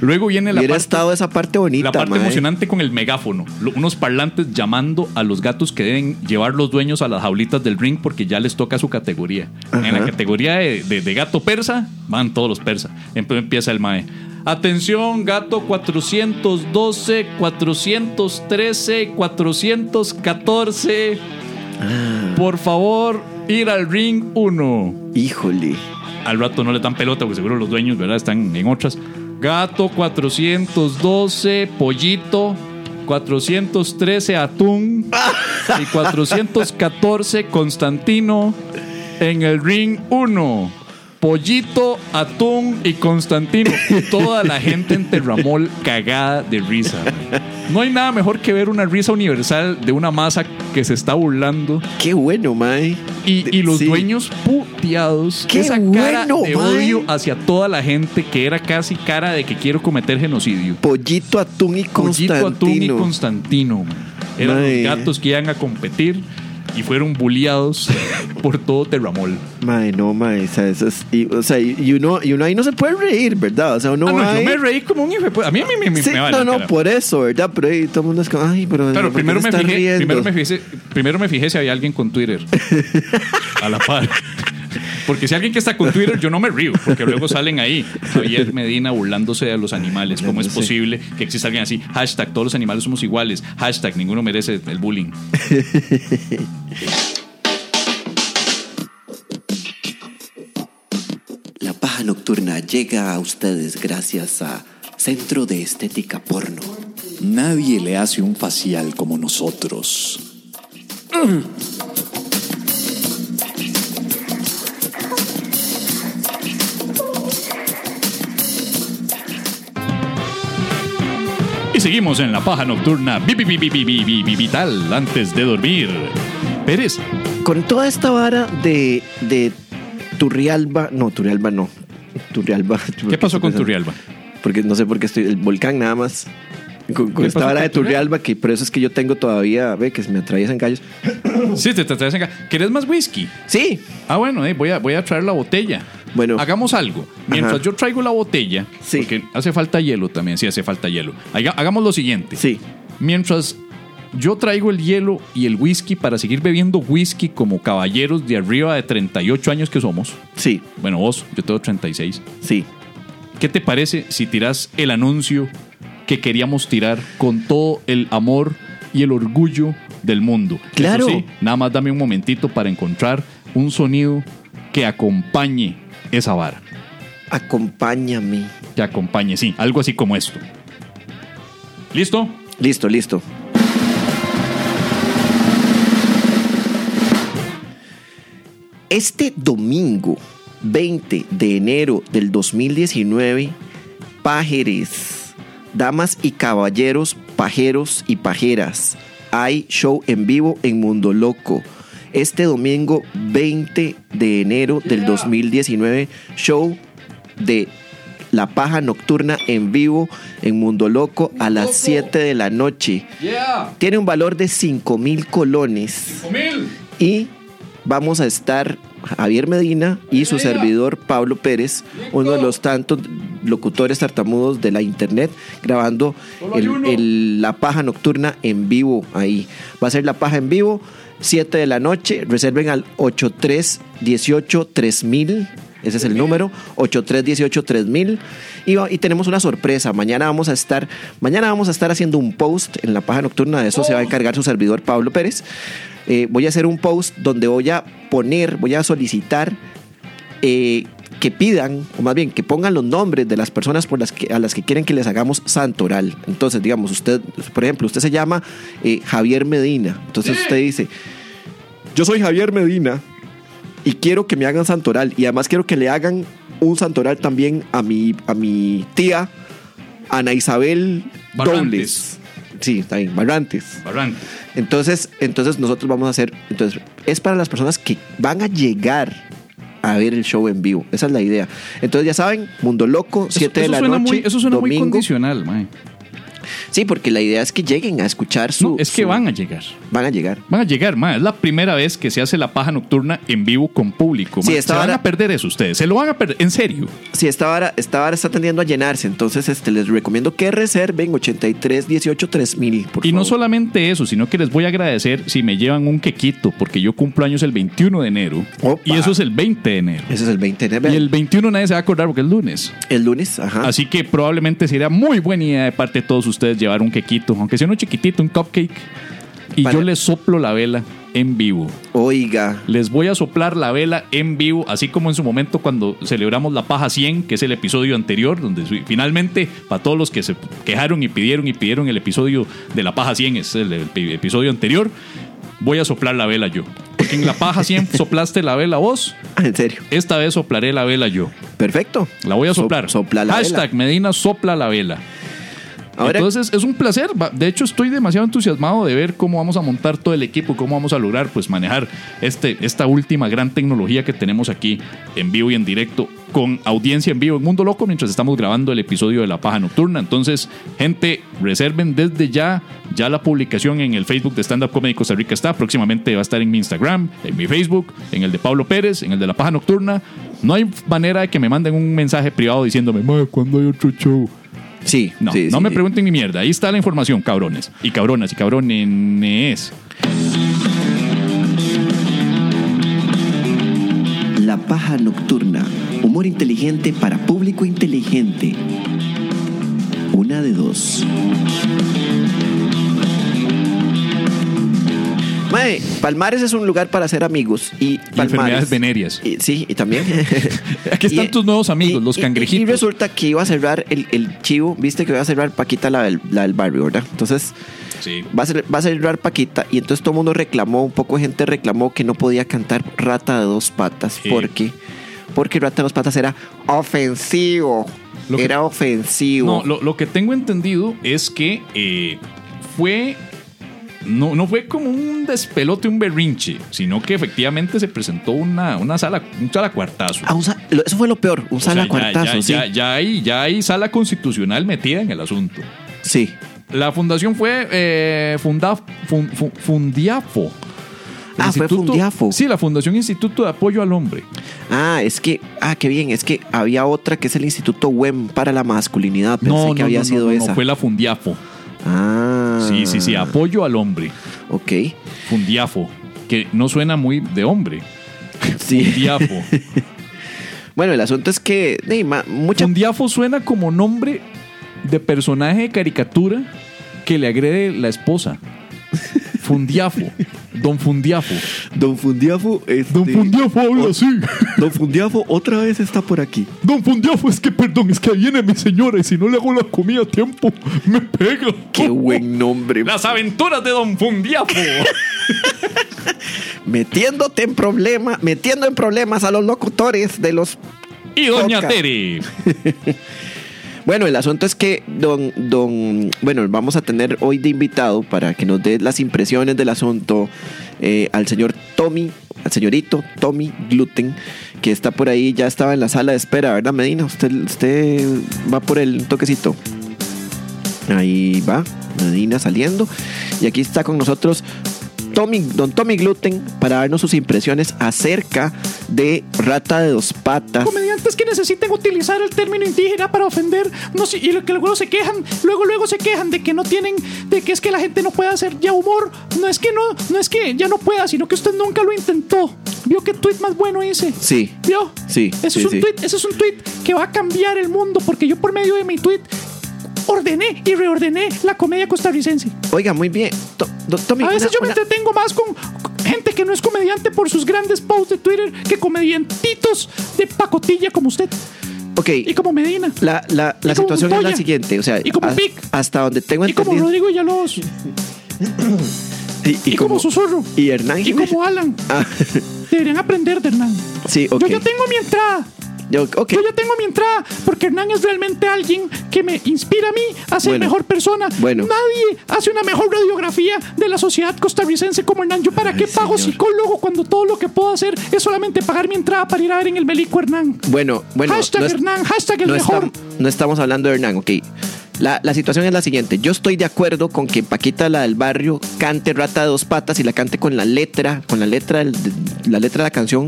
A: Luego viene la
B: Hubiera
A: parte,
B: estado esa parte bonita.
A: la parte
B: mae.
A: emocionante con el megáfono. Lo- unos parlantes llamando a los gatos que deben llevar los dueños a las jaulitas del ring porque ya les toca su categoría. En la
B: Ajá.
A: categoría de, de- de gato persa van todos los persas. Entonces empieza el mae. Atención, gato 412, 413, 414.
B: Ah.
A: Por favor, ir al ring 1.
B: Híjole.
A: Al rato no le dan pelota, porque seguro los dueños, ¿verdad? Están en otras. Gato 412, pollito 413, atún y 414, Constantino en el ring 1. Pollito, atún y Constantino. Toda la gente en Terramol cagada de risa. No hay nada mejor que ver una risa universal de una masa que se está burlando
B: Qué bueno, Mae.
A: y, y los
B: Sí.
A: dueños puteados.
B: ¡Qué
A: esa cara
B: bueno,
A: de
B: mae!
A: odio hacia toda la gente que era casi cara de que quiero cometer genocidio.
B: Pollito, atún y
A: Pollito,
B: Constantino.
A: Atún y Constantino. man. Eran
B: Mae.
A: los gatos que iban a competir y fueron bulliados por todo Terramol.
B: Mae, no, mae. O sea, eso es- y, o sea, y uno, y uno ahí no se puede reír, ¿verdad? O sea, uno
A: Ah, no,
B: va
A: yo
B: ahí-
A: me reí como un hijo. de pu- A mí me, me,
B: Sí,
A: me vale
B: no, no,
A: cara.
B: por eso, ¿verdad? Pero ahí todo el mundo es como, ay, pero.
A: Claro,
B: ¿por qué
A: primero
B: se
A: me,
B: está
A: fijé,
B: riendo?
A: primero, me fijé, primero me fijé si había alguien con Twitter a la par. Porque si alguien que está con Twitter, yo no me río, porque luego salen ahí Javier Medina burlándose de los animales. ¿Cómo es
B: Burlándose.
A: posible que exista alguien así? Hashtag, todos los animales somos iguales. Hashtag, ninguno merece el bullying.
C: La paja nocturna llega a ustedes gracias a Centro de Estética Porno.
D: Nadie le hace un facial como nosotros.
A: Y seguimos en la paja nocturna vi- vi- vi- vi- vi- vi- vi- vi- vital antes de dormir. Pérez,
B: Con toda esta vara de, de Turrialba. No, Turrialba no. Turrialba.
A: ¿qué pasó con Turrialba?
B: Porque no sé por qué estoy. El volcán nada más. Con, con
A: ¿Qué
B: esta
A: pasó
B: vara
A: con
B: de Turrialba, que por eso es que yo tengo todavía. Ve que me atraviesan gallos.
A: Sí, te te- te- ¿Querés más whisky?
B: Sí,
A: Ah, bueno, eh, voy, a, voy a traer la botella.
B: Bueno.
A: hagamos algo. Mientras
B: Ajá.
A: yo traigo la botella,
B: Sí.
A: porque hace falta hielo también, sí hace falta hielo. Haga- hagamos lo siguiente.
B: Sí.
A: Mientras yo traigo el hielo y el whisky para seguir bebiendo whisky como caballeros de arriba de 38 años que somos.
B: Sí,
A: Bueno, vos, yo tengo 36.
B: sí.
A: ¿Qué te parece si tiras el anuncio que queríamos tirar con todo el amor y el orgullo del mundo? Eso
B: Claro.
A: sí, nada más dame un momentito para encontrar un sonido que acompañe esa vara.
B: Acompáñame.
A: Que acompañe, sí, algo así como esto. ¿Listo?
B: Listo, listo. Este domingo 20 de enero del 2019, pajeres, damas y caballeros, pajeros y pajeras, hay show en vivo en Mundo Loco. Este domingo 20 de enero del 2019, show de la paja nocturna en vivo en Mundo Loco a las 7 de la noche. Tiene un valor de 5 mil colones. Y vamos a estar Javier Medina y su servidor Pablo Pérez, uno de los tantos locutores tartamudos de la internet, grabando el- el- la paja nocturna en vivo ahí. Va a ser la paja en vivo, 7 de la noche. Reserven al 8318-3000. Ese es el número, 8318-3000. Y, va- y tenemos una sorpresa. Mañana vamos a estar, mañana vamos a estar haciendo un post en la paja nocturna. De eso se va a encargar su servidor Pablo Pérez. Eh, voy a hacer un post donde voy a poner, voy a solicitar eh, que pidan, o más bien que pongan los nombres de las personas por las que, a las que quieren que les hagamos santoral. Entonces, digamos, usted, por ejemplo, usted se llama eh, Javier Medina. Entonces usted dice, yo soy Javier Medina y quiero que me hagan santoral. Y además quiero que le hagan un santoral también a mi, a mi tía, Ana Isabel
A: Barrantes.
B: Dobles. Sí, está bien, Barrantes.
A: Barranco.
B: Entonces, entonces nosotros vamos a hacer, entonces es para las personas que van a llegar a ver el show en vivo. Esa es la idea. Entonces ya saben, Mundo Loco, 7 de la
A: suena
B: noche.
A: muy, eso suena muy
B: domingo.
A: condicional, mae.
B: Sí, porque la idea es que lleguen a escuchar su...
A: No, es que
B: su-
A: van a llegar.
B: Van a llegar.
A: Van a llegar, mae. Es la primera vez que se hace la paja nocturna en vivo con público.
B: Sí,
A: mae.
B: esta
A: se van
B: vara-
A: a perder eso ustedes. Se lo van a perder. En serio.
B: Sí, esta vara, esta vara está tendiendo a llenarse, entonces este, les recomiendo que reserven 83 18 3000, por
A: Y no
B: favor.
A: solamente eso, sino que les voy a agradecer si me llevan un quequito, porque yo cumplo años el 21 de enero.
B: Opa.
A: Y eso es el 20 de enero.
B: Ese es el 20 de
A: Y
B: el,
A: el 21 nadie se va a acordar porque es lunes.
B: lunes, ajá.
A: Así que probablemente sería muy buena idea de parte de todos ustedes llevar un quequito, aunque sea uno chiquitito, un cupcake. Y
B: Para-
A: yo les soplo la vela en vivo.
B: Oiga,
A: Les voy a soplar la vela en vivo, así como en su momento cuando celebramos la paja 100, que es el episodio anterior, donde su- finalmente, para todos los que se quejaron y pidieron y pidieron el episodio de la paja 100, es el, epi- episodio anterior, voy a soplar la vela yo. Porque en la paja 100 soplaste la vela vos,
B: en serio.
A: esta vez soplaré la vela yo.
B: Perfecto.
A: La voy a
B: So-
A: soplar.
B: sopla la
A: Hashtag Medina sopla la vela.
B: vela. Ahora,
A: Entonces es un placer. Va- De hecho, estoy demasiado entusiasmado de ver cómo vamos a montar todo el equipo, cómo vamos a lograr pues manejar este, esta última gran tecnología que tenemos aquí en vivo y en directo con audiencia en vivo en Mundo Loco mientras estamos grabando el episodio de La Paja Nocturna. Entonces, gente, reserven desde ya. Ya la publicación en el Facebook de Stand Up Comedy Costa Rica está. Próximamente va a estar en mi Instagram, en mi Facebook, en el de Pablo Pérez, en el de La Paja Nocturna. No hay manera de que me manden un mensaje privado diciéndome, "Mae, ¿cuándo hay otro show?
B: sí,
A: No,
B: sí,
A: no
B: sí,
A: me
B: sí.
A: pregunten ni mierda. Ahí está la información, cabrones. Y cabronas y cabrones.
C: La paja nocturna. Humor inteligente para público inteligente. Una de dos.
B: Mae, Palmares es un lugar para hacer amigos y Palmares.
A: enfermedades venéreas.
B: Y- sí, y también.
A: Aquí están tus nuevos amigos, los cangrejitos.
B: Y, resulta que iba a cerrar el, el chivo, viste que iba a cerrar Paquita la del, la del barrio, ¿verdad? Entonces
A: Sí.
B: va a, cer- va a cerrar Paquita y entonces todo el mundo reclamó, un poco de gente reclamó que no podía cantar Rata de dos patas.
A: Sí.
B: ¿Por qué? Porque Rata de dos patas era ofensivo.
A: Lo que-
B: era ofensivo.
A: No, lo, lo que tengo entendido es que eh, fue. No, no fue como un despelote, un berrinche, sino que efectivamente se presentó una, una sala, un sala cuartazo.
B: Ah, un sa- lo- eso fue lo peor, un
A: O sea,
B: sala
A: ya-
B: cuartazo,
A: ya,
B: sí.
A: ya- ya hay, ya hay sala constitucional metida en el asunto.
B: Sí.
A: La fundación fue eh, funda- fun- fun- Fundiafo.
B: Ah, fue
E: Instituto-
B: Fundiafo.
E: Sí, la Fundación Instituto de Apoyo al Hombre.
B: Ah, es que, ah, qué bien, es que había otra que es el Instituto WEM para la masculinidad. Pensé
E: no,
B: que
E: no,
B: había
E: no,
B: sido
E: no, no,
B: esa.
E: fue la Fundiafo.
B: Ah.
E: Sí, sí, sí, apoyo al hombre.
B: Ok.
E: Fundiafo. Que no suena muy de hombre.
B: Sí.
E: Fundiafo.
B: bueno, el asunto es que, de, ma- mucha.
E: Fundiafo suena como nombre de personaje de caricatura que le agrede la esposa. Fundiafo. Don Fundiafo.
B: Don Fundiafo. Este,
E: habla así.
B: Don Fundiafo otra vez está por aquí.
E: Don Fundiafo es que, perdón, es que viene mi señora y si no le hago la comida a tiempo, me pega.
B: Qué buen nombre.
E: Las aventuras de Don Fundiafo.
B: Metiéndote en problemas, metiendo en problemas a los locutores de los
E: y Doña
B: Podcast.
E: Tere.
B: Bueno, el asunto es que don, don, bueno, vamos a tener hoy de invitado para que nos dé las impresiones del asunto eh, al señor Tommy, al señorito Tommy Gluten, que está por ahí, ya estaba en la sala de espera, ¿verdad, Medina? Usted, usted va por el toquecito. Ahí va, Medina saliendo. Y aquí está con nosotros Tommy, don Tommy Gluten para darnos sus impresiones acerca de Rata de dos patas.
A: comediantes que necesitan utilizar el término indígena para ofender no sé, y lo que luego se quejan luego luego se quejan de que no tienen de que es que la gente no puede hacer ya humor no es que no no es que ya no pueda sino que usted nunca lo intentó vio qué tweet más bueno hice
B: Sí.
A: vio
B: Sí,
A: eso
B: sí,
A: es un
B: sí.
A: tweet ese es un tweet que va a cambiar el mundo porque yo por medio de mi tweet ordené y reordené la comedia costarricense
B: Oiga, muy bien. To- do- Tommy,
A: a veces
B: una-
A: yo me
B: una-
A: entretengo más con gente que no es comediante por sus grandes posts de Twitter que comediantitos de pacotilla como usted
B: Ok,
A: y como Medina.
B: la, la, la
A: y como
B: situación es la
A: Goya.
B: siguiente. O sea,
A: Y como
B: has-
A: Pic.
B: hasta donde tengo
A: Y como
B: entendido.
A: Rodrigo Villalobos. Y, como, Susurro.
B: Y Hernán
A: Y
B: Jiménez.
A: como Alan.
B: Ah,
A: Deberían aprender de Hernán.
B: sí, ok.
A: Yo ya tengo mi entrada.
B: Yo- ok.
A: Yo ya tengo mi entrada porque Hernán es realmente alguien que me inspira a mí a ser
B: Bueno.
A: mejor persona.
B: Bueno.
A: Nadie hace una mejor radiografía de la sociedad costarricense como Hernán. ¿Yo para
B: Ay,
A: qué pago
B: señor.
A: psicólogo cuando todo lo que puedo hacer es solamente pagar mi entrada para ir a ver en el Belico Hernán?
B: Bueno, bueno.
A: hashtag
B: es-
A: Hernán, hashtag el
B: no
A: mejor.
B: estam- no estamos hablando de Hernán, ok. La, la situación es la siguiente. Yo estoy de acuerdo con que Paquita, la del barrio, cante Rata de dos patas y la cante con la letra, con la letra, del- de- la letra de la canción.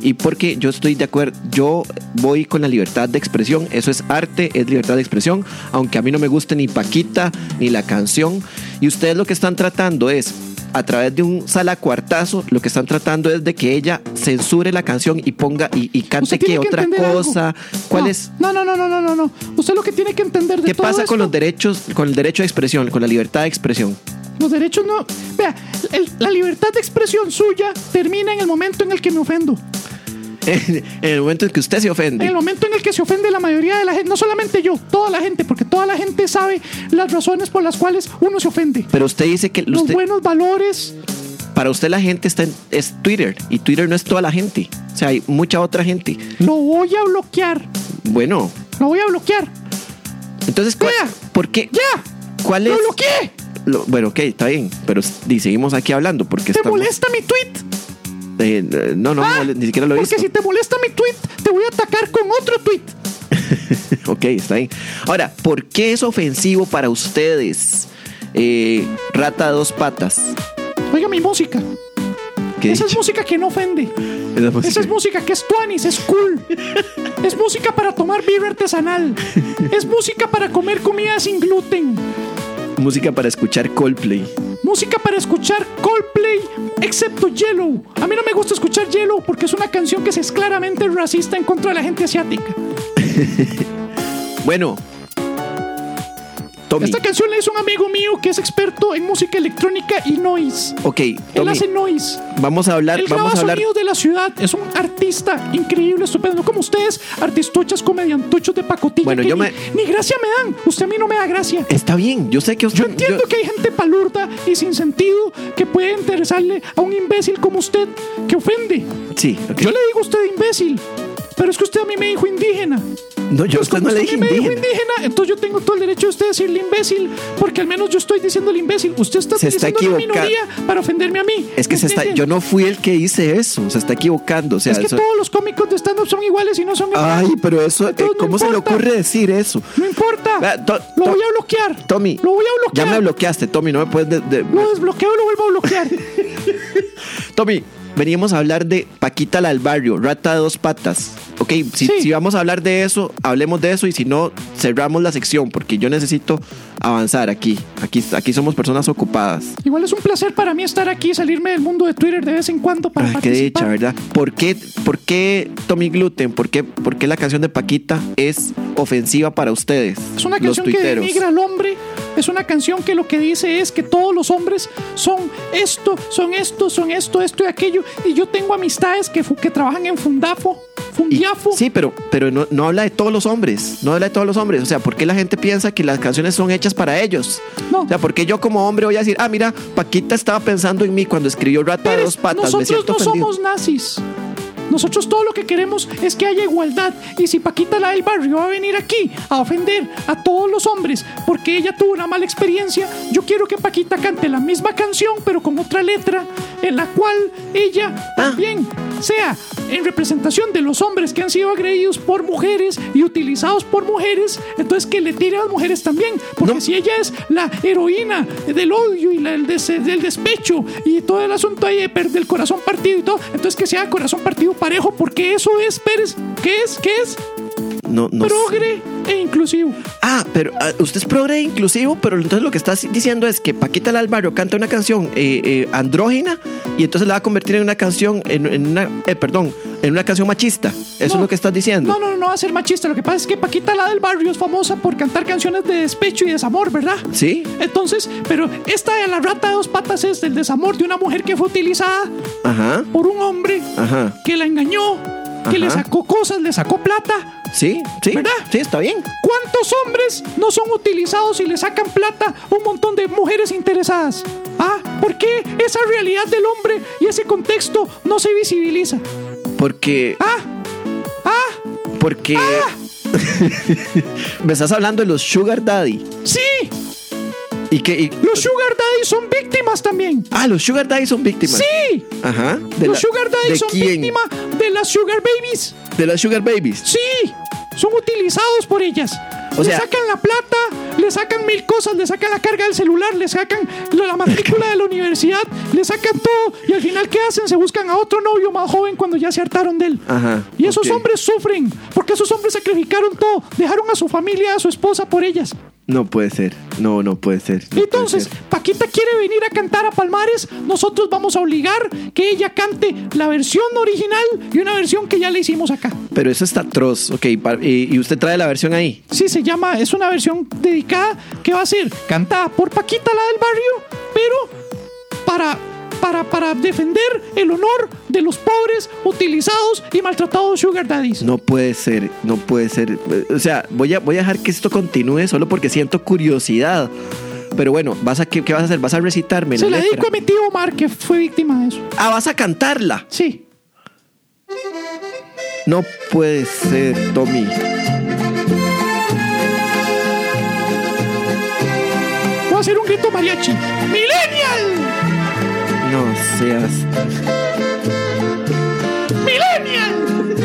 B: Y porque yo estoy de acuerdo, yo voy con la libertad de expresión. Eso es arte, es libertad de expresión. Aunque a mí no me guste ni Paquita ni la canción. Y ustedes lo que están tratando es, a través de un salacuartazo, lo que están tratando es de que ella censure la canción y ponga y, y cante
A: Usted
B: que,
A: tiene que
B: otra
A: entender algo.
B: cosa. ¿Cuál
A: No,
B: es?
A: No, no, no, no, no, no, no. Usted lo que tiene que entender de
B: ¿Qué
A: todo
B: pasa con
A: esto-
B: los derechos, con el derecho de expresión, con la libertad de expresión?
A: Los derechos no. Vea, el- la libertad de expresión suya termina en el momento en el que me ofendo.
B: En, en el momento en que usted se
A: En el
B: ofende.
A: momento en el que se ofende la mayoría de la gente, no solamente yo, toda la gente, porque toda la gente sabe las razones por las cuales uno se ofende.
B: Pero usted dice que
A: Los
B: usted-
A: buenos valores.
B: para usted la gente está en- es Twitter y Twitter no es toda la gente. O sea, hay mucha otra gente.
A: Lo voy a bloquear.
B: Bueno,
A: Lo voy a bloquear.
B: entonces, ¿cuál-
A: Vea.
B: ¿por qué?
A: ¡Ya!
B: ¿Cuál
A: ¡Lo
B: es?
A: bloqueé!
B: Lo- bueno, ok, está bien, pero s- y seguimos aquí hablando porque
A: ¿Te
B: estamos-
A: molesta mi tweet?
B: Eh, no, no,
A: Ah,
B: no, ni siquiera lo he
A: Porque
B: visto.
A: si te molesta mi tweet, te voy a atacar con otro tweet.
B: Ok, está bien. Ahora, ¿por qué es ofensivo para ustedes? eh, rata de dos patas.
A: Oiga mi música.
B: ¿Qué he
A: Esa es
B: dicho?
A: música que no ofende.
B: Esa es
A: Esa es música que es tuanis, es cool. Es música para tomar birra artesanal. Es música para comer comida sin gluten.
B: música para escuchar Coldplay.
A: Música para escuchar Coldplay, excepto Yellow. A mí no me gusta escuchar Yellow porque es una canción que es claramente racista en contra de la gente asiática.
B: Bueno, Tommy.
A: Esta canción la hizo un amigo mío que es experto en música electrónica y noise.
B: Ok,
A: Él
B: Tommy,
A: hace noise.
B: vamos a hablar,
A: Él
B: vamos
A: graba
B: a hablar.
A: sonidos de la ciudad. Es un artista increíble, estupendo. No como ustedes, artistuchas, comediantuchos de pacotilla.
B: Bueno,
A: que
B: yo
A: ni,
B: me-
A: ni gracia me dan. Usted a mí no me da gracia.
B: Está bien, yo sé que usted.
A: Yo entiendo
B: yo-
A: que hay gente palurda y sin sentido que puede interesarle a un imbécil como usted que ofende.
B: Sí, ok.
A: Yo le digo a usted imbécil, pero es que usted a mí me dijo indígena.
B: no, yo a usted
A: Como
B: no le dije
A: a mí me dijo
B: indígena.
A: indígena, entonces yo tengo todo el derecho de usted decirle imbécil, porque al menos yo estoy diciendo el imbécil. Usted está
B: Se está
A: utilizando la
B: equivoca-
A: minoría para ofenderme a mí.
B: Es que se está,
A: ¿Entiende?
B: yo no fui el que hice eso. Se está equivocando. O sea,
A: es que
B: eso-
A: todos los cómicos de stand-up son iguales y no son iguales.
B: Ay, pero eso, eh,
A: Entonces, no
B: ¿cómo se le
A: importa.
B: ocurre decir eso?
A: No importa.
B: Vea, Ah, to-
A: lo
B: to-
A: voy a bloquear.
B: Tommy,
A: Lo voy a bloquear.
B: ya me bloqueaste, Tommy, no me puedes... de- de-
A: Lo desbloqueo y lo vuelvo a bloquear.
B: Tommy, veníamos a hablar de Paquita la del barrio, rata de dos patas. Ok, si,
A: Sí.
B: si vamos a hablar de eso, hablemos de eso y si no, cerramos la sección porque yo necesito avanzar aquí. Aquí, aquí somos personas ocupadas.
A: Igual es un placer para mí estar aquí y salirme del mundo de Twitter de vez en cuando para
B: Ay, qué
A: participar.
B: dicha, ¿verdad? ¿Por qué, por qué Tommy Gluten? ¿Por qué, por qué la canción de Paquita es ofensiva para ustedes?
A: Es una
B: los
A: canción que
B: tuiteros?
A: denigra al hombre. Es una canción que lo que dice es que todos los hombres son esto, son esto, son esto, esto y aquello. Y yo tengo amistades que, fu- que trabajan en Fundafo,
B: Y-
A: Fundiafo.
B: sí, pero, pero no, no habla de todos los hombres. No habla de todos los hombres. O sea, ¿por qué la gente piensa que las canciones son hechas para ellos?
A: No.
B: O sea, ¿por qué yo como hombre voy a decir, ah, mira, Paquita estaba pensando en mí cuando escribió Rata de
A: Pérez,
B: dos patas? me
A: nosotros
B: siento
A: no
B: ofendido.
A: somos nazis. Nosotros todo lo que queremos es que haya igualdad. Y si Paquita la del barrio va a venir aquí a ofender a todos los hombres porque ella tuvo una mala experiencia, yo quiero que Paquita cante la misma canción pero con otra letra en la cual ella
B: Ah.
A: también sea en representación de los hombres que han sido agredidos por mujeres y utilizados por mujeres, entonces que le tire a las mujeres también. Porque si ella es la heroína del odio y la- del, des- del despecho y todo el asunto ahí de per- del corazón partido y todo, entonces que sea corazón partido parejo, porque eso es, Pérez, ¿qué es? ¿Qué es?
B: No, no sé.
A: Progre e inclusivo.
B: Ah, pero ah, usted es progre e inclusivo, pero entonces lo que está diciendo es que Paquita la del barrio canta una canción eh, eh, andrógina y entonces la va a convertir en una canción, en, en una, eh, perdón, en una canción machista. Eso es
A: No.
B: lo que estás diciendo.
A: No, no, no, no va a ser machista. Lo que pasa es que Paquita la del barrio es famosa por cantar canciones de despecho y desamor, ¿verdad?
B: Sí.
A: Entonces, pero esta de la rata de dos patas es del desamor de una mujer que fue utilizada
B: Ajá.
A: por un hombre
B: Ajá.
A: que la engañó, que
B: Ajá.
A: le sacó cosas, le sacó plata.
B: Sí, sí.
A: ¿Verdad?
B: Sí, está bien.
A: ¿Cuántos hombres no son utilizados y le sacan plata a un montón de mujeres interesadas? Ah, ¿por qué esa realidad del hombre y ese contexto no se visibiliza?
B: Porque.
A: Ah, ah,
B: Porque. Me estás hablando de los Sugar Daddy.
A: sí,
B: Y que. y-
A: los sugar daddy son víctimas también.
B: Ah, los Sugar Daddy son víctimas.
A: Sí,
B: Ajá. De
A: los
B: la-
A: sugar daddy
B: ¿de
A: son
B: quién?
A: víctimas de las sugar babies.
B: De las Sugar Babies.
A: Sí, son utilizados por ellas.
B: O
A: le
B: sea-
A: sacan la plata, le sacan mil cosas, le sacan la carga del celular, le sacan la la matrícula de la universidad, le sacan todo y al final ¿qué hacen? Se buscan a otro novio más joven cuando ya se hartaron de él.
B: Ajá,
A: y esos
B: ok.
A: hombres sufren porque esos hombres sacrificaron todo, dejaron a su familia, a su esposa por ellas.
B: No puede ser. No, no puede ser. no puede
A: Entonces,
B: ser.
A: Paquita quiere venir a cantar a Palmares, nosotros vamos a obligar que ella cante la versión original y una versión que ya le hicimos acá.
B: Pero eso está atroz. Ok, pa- y, y usted trae la versión ahí.
A: Sí, se llama, es una versión dedicada que va a ser cantada por Paquita, la del barrio, pero para, para, para defender el honor de los pobres, utilizados y maltratados Sugar Daddies.
B: No puede ser, no puede ser. O sea, voy a, voy a dejar que esto continúe solo porque siento curiosidad. Pero bueno, vas a, ¿qué, qué vas a hacer? ¿Vas a recitarme?
A: se
B: la
A: la
B: letra?
A: dedico a mi tío Omar, que fue víctima de eso.
B: Ah, vas a cantarla.
A: Sí.
B: No puede ser, Tommy.
A: Voy a hacer un grito mariachi. ¡Millennial!
B: No seas.
A: ¡Millennial!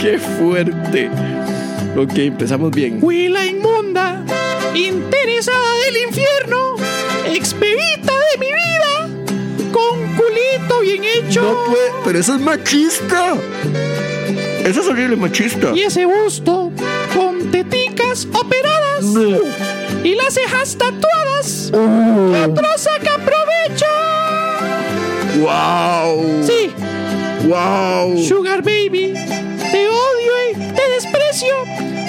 B: ¡Qué fuerte! Ok, empezamos bien.
A: Huila inmunda, interesada del infierno, expedita de mi vida, con culito bien hecho.
B: No puede. Pero eso es machista. Eso es horrible machista.
A: Y ese busto con teticas operadas y las cejas tatuadas. Otro saca provecho.
B: ¡Wow!
A: Sí,
B: ¡Wow!
A: Sugar Baby, te odio y te desprecio.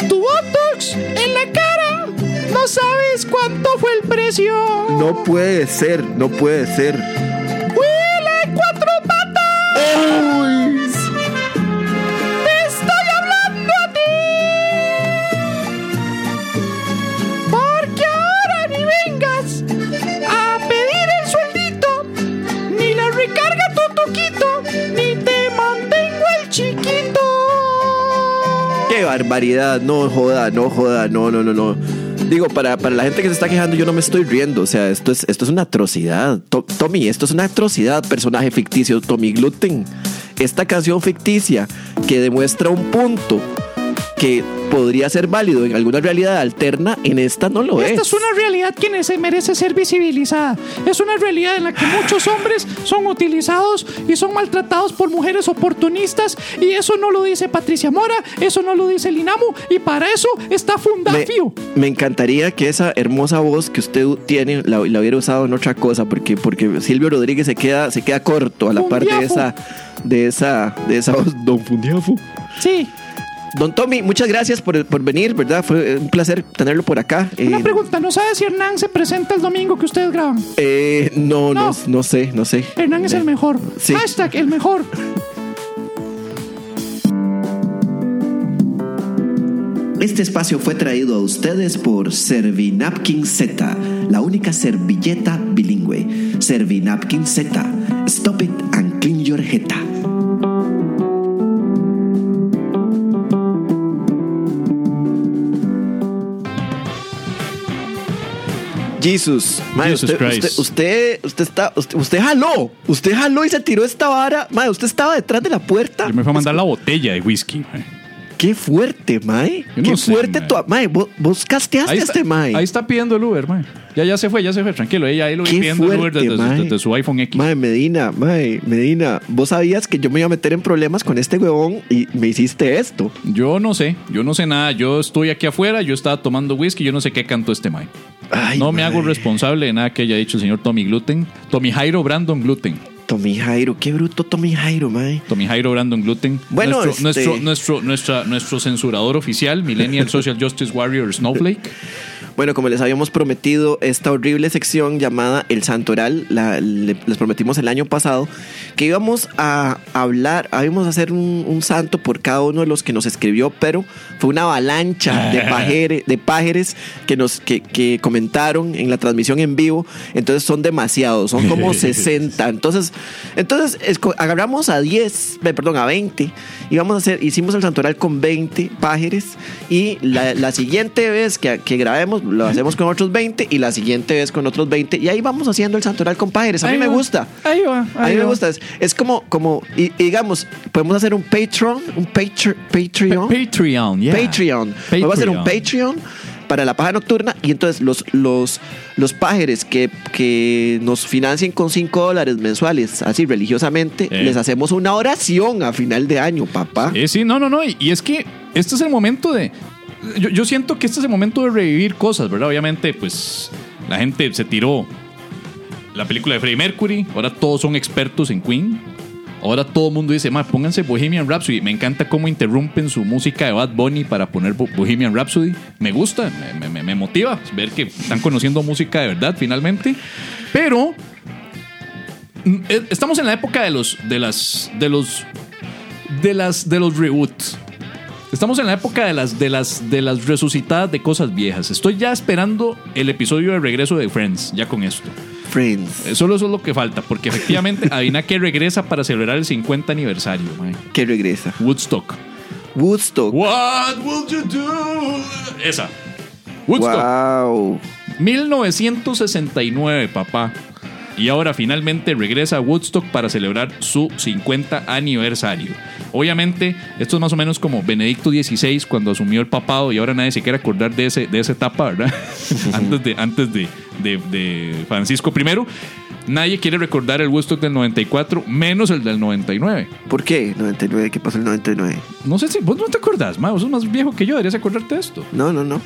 A: Tu botox en la cara, no sabes cuánto fue el precio.
B: No puede ser, no puede ser.
A: Huele cuatro patas,
B: ¡Ay!
A: te estoy hablando a ti. Porque ahora ni vengas a pedir el sueldito, ni la recarga tu toquito, ni te mantengo el chiquito.
B: ¡Qué barbaridad! No joda, no joda, no, no, no, no. Digo, para, para la gente que se está quejando, yo no me estoy riendo. O sea, esto es, esto es una atrocidad. To- Tommy, esto es una atrocidad, personaje ficticio, Tommy Gluten. Esta canción ficticia que demuestra un punto que podría ser válido en alguna realidad alterna, en esta no lo
A: Esta es una realidad que ne- se merece ser visibilizada. Es una realidad en la que muchos hombres son utilizados y son maltratados por mujeres oportunistas. Y eso no lo dice Patricia Mora, eso no lo dice el INAMU. Y para eso está
B: me,
A: Fundafio.
B: me encantaría que esa hermosa voz que usted tiene la, la hubiera usado en otra cosa, porque, porque Silvio Rodríguez se queda, se queda corto a la par de
A: Fundiafo.
B: esa, de esa, de esa voz, Don Fundiafo.
A: Sí.
B: Don Tommy, muchas gracias por, por venir, ¿verdad? Fue eh, un placer tenerlo por acá.
A: Una
B: Eh,
A: pregunta, ¿no sabe si Hernán se presenta el domingo que ustedes graban?
B: eh, no, no,
A: No.
B: no sé, no sé.
A: Hernán es el mejor.
B: Sí.
A: Hashtag el mejor.
F: Este espacio fue traído a ustedes por Servinapkin Z, la única servilleta bilingüe. Servinapkin Z, stop it and clean your jeta.
B: Jesus, mae,
G: Jesus
B: usted, usted,
G: Christ.
B: usted, usted está, usted, usted jaló, usted jaló y se tiró esta vara, mae, usted estaba detrás de la puerta.
G: Yo me fue a mandar la botella de whisky. mae.
B: Qué fuerte, mae,
G: Yo
B: qué
G: no sé,
B: fuerte
G: mae.
B: tu, mae, vos, vos casteaste
G: Ahí,
B: a este
G: está,
B: mae,
G: ahí está pidiendo el Uber, mae. Ya, ya se fue, ya se fue, tranquilo. Ella ahí lo vi
B: qué
G: pidiendo el Uber
B: fuerte,
G: desde,
B: mae.
G: desde su iPhone X.
B: Mae, Medina, mae, Medina, vos sabías que yo me iba a meter en problemas con este huevón y me hiciste esto.
G: Yo no sé, yo no sé nada. Yo estoy aquí afuera, yo estaba tomando whisky, yo no sé qué cantó este mae.
B: Ay,
G: no me
B: mae.
G: hago responsable de nada que haya dicho el señor Tommy Gluten. Tommy Jairo Brandon Gluten.
B: Tommy Jairo, qué bruto Tommy Jairo, mae.
G: Tommy Jairo Brandon Gluten.
B: Bueno,
G: nuestro,
B: este-
G: nuestro, nuestro, nuestra- nuestro censurador oficial, Millennial Social Justice Warrior Snowflake.
B: Bueno, como les habíamos prometido, esta horrible sección llamada El Santoral, la- le- les prometimos el año pasado, que íbamos a hablar, íbamos a hacer un, un santo por cada uno de los que nos escribió, pero fue una avalancha de, pajere- de pájeres que nos que, que comentaron en la transmisión en vivo, entonces son demasiados, son como 60. Entonces, entonces esco- agarramos a 10, eh, perdón, a 20, y vamos a hacer, hicimos el santoral con 20 pájeres, y la, la siguiente vez que, que grabemos lo hacemos con otros 20, y la siguiente vez con otros 20, y ahí vamos haciendo el santoral con pájeres. A mí
A: Ahí
B: me
A: va.
B: gusta.
A: Ahí va. Ahí
B: A mí me
A: va.
B: gusta, es, es como, como y, y digamos, podemos hacer un Patreon, un Patr- Patreon.
G: Patreon, yeah.
B: Patreon. Vamos a hacer un Patreon para la paja nocturna y entonces los, los, los pájaros que, que nos financien con 5 dólares mensuales, así religiosamente,
G: Eh.
B: les hacemos una oración a final de año, papá.
G: Eh, sí, no, no, no. Y, y es que este es el momento de. Yo, yo siento que este es el momento de revivir cosas, ¿verdad? Obviamente, pues la gente se tiró la película de Freddie Mercury. Ahora todos son expertos en Queen. Ahora todo el mundo dice, "Ma, pónganse Bohemian Rhapsody. Me encanta cómo interrumpen su música de Bad Bunny para poner Bo- Bohemian Rhapsody. Me gusta, me- me- me, me motiva ver que están conociendo música de verdad finalmente. Pero mm, eh, estamos en la época de los, de las, de los de las de los reboots. Estamos en la época de las de las de las resucitadas de cosas viejas. Estoy ya esperando el episodio de regreso de Friends, ya con esto.
B: Friends.
G: Eh, Solo eso es lo que falta, porque efectivamente adivina que regresa para celebrar el 50 aniversario, mae.
B: Que regresa.
G: Woodstock.
B: Woodstock.
G: What will you do? Esa. Woodstock.
B: Wow.
G: 1969, papá. Y ahora finalmente regresa a Woodstock para celebrar su 50 aniversario. Obviamente, esto es más o menos como Benedicto XVI cuando asumió el papado y ahora nadie se quiere acordar de, ese, de esa etapa, ¿verdad? antes de, antes de, de- de Francisco I. Nadie quiere recordar el Woodstock del 94, menos el del 99.
B: ¿Por qué? 99, ¿qué pasó el 99?
G: No sé si vos no te acordás, ma, vos sos más viejo que yo, deberías acordarte de esto.
B: No, no, no.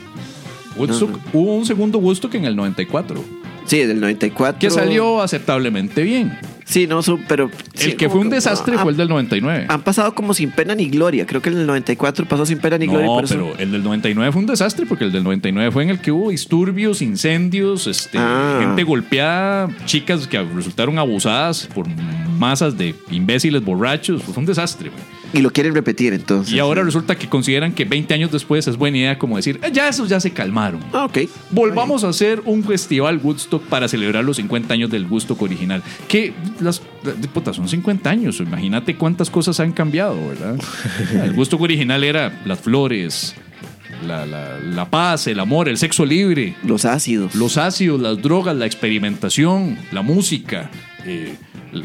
G: Woodstock, Hubo un segundo Woodstock en el 94,
B: Sí, del 94.
G: que salió aceptablemente bien.
B: Sí, no, su- pero.
G: El que fue un desastre
B: ah,
G: fue el del 99.
B: Han pasado como sin pena ni gloria. Creo que el del 94 pasó sin pena ni gloria. y
G: No,
B: por eso-
G: pero el del 99 fue un desastre porque el del 99 fue en el que hubo disturbios, incendios, este,
B: Ah.
G: gente golpeada, chicas que resultaron abusadas por masas de imbéciles borrachos. Fue un desastre. güey.
B: Y lo quieren repetir entonces.
G: Y ahora resulta que consideran que 20 años después es buena idea como decir, "Ah, ya esos ya se calmaron.
B: Ah, ok.
G: Volvamos a hacer un festival Woodstock para celebrar los 50 años del Woodstock original. Que las de- puta, son 50 años. Imagínate cuántas cosas han cambiado, ¿verdad? El Woodstock original era las flores, la, la- la paz, el amor, el sexo libre,
B: Los ácidos.
G: los ácidos, las drogas, la experimentación, la música, eh, l-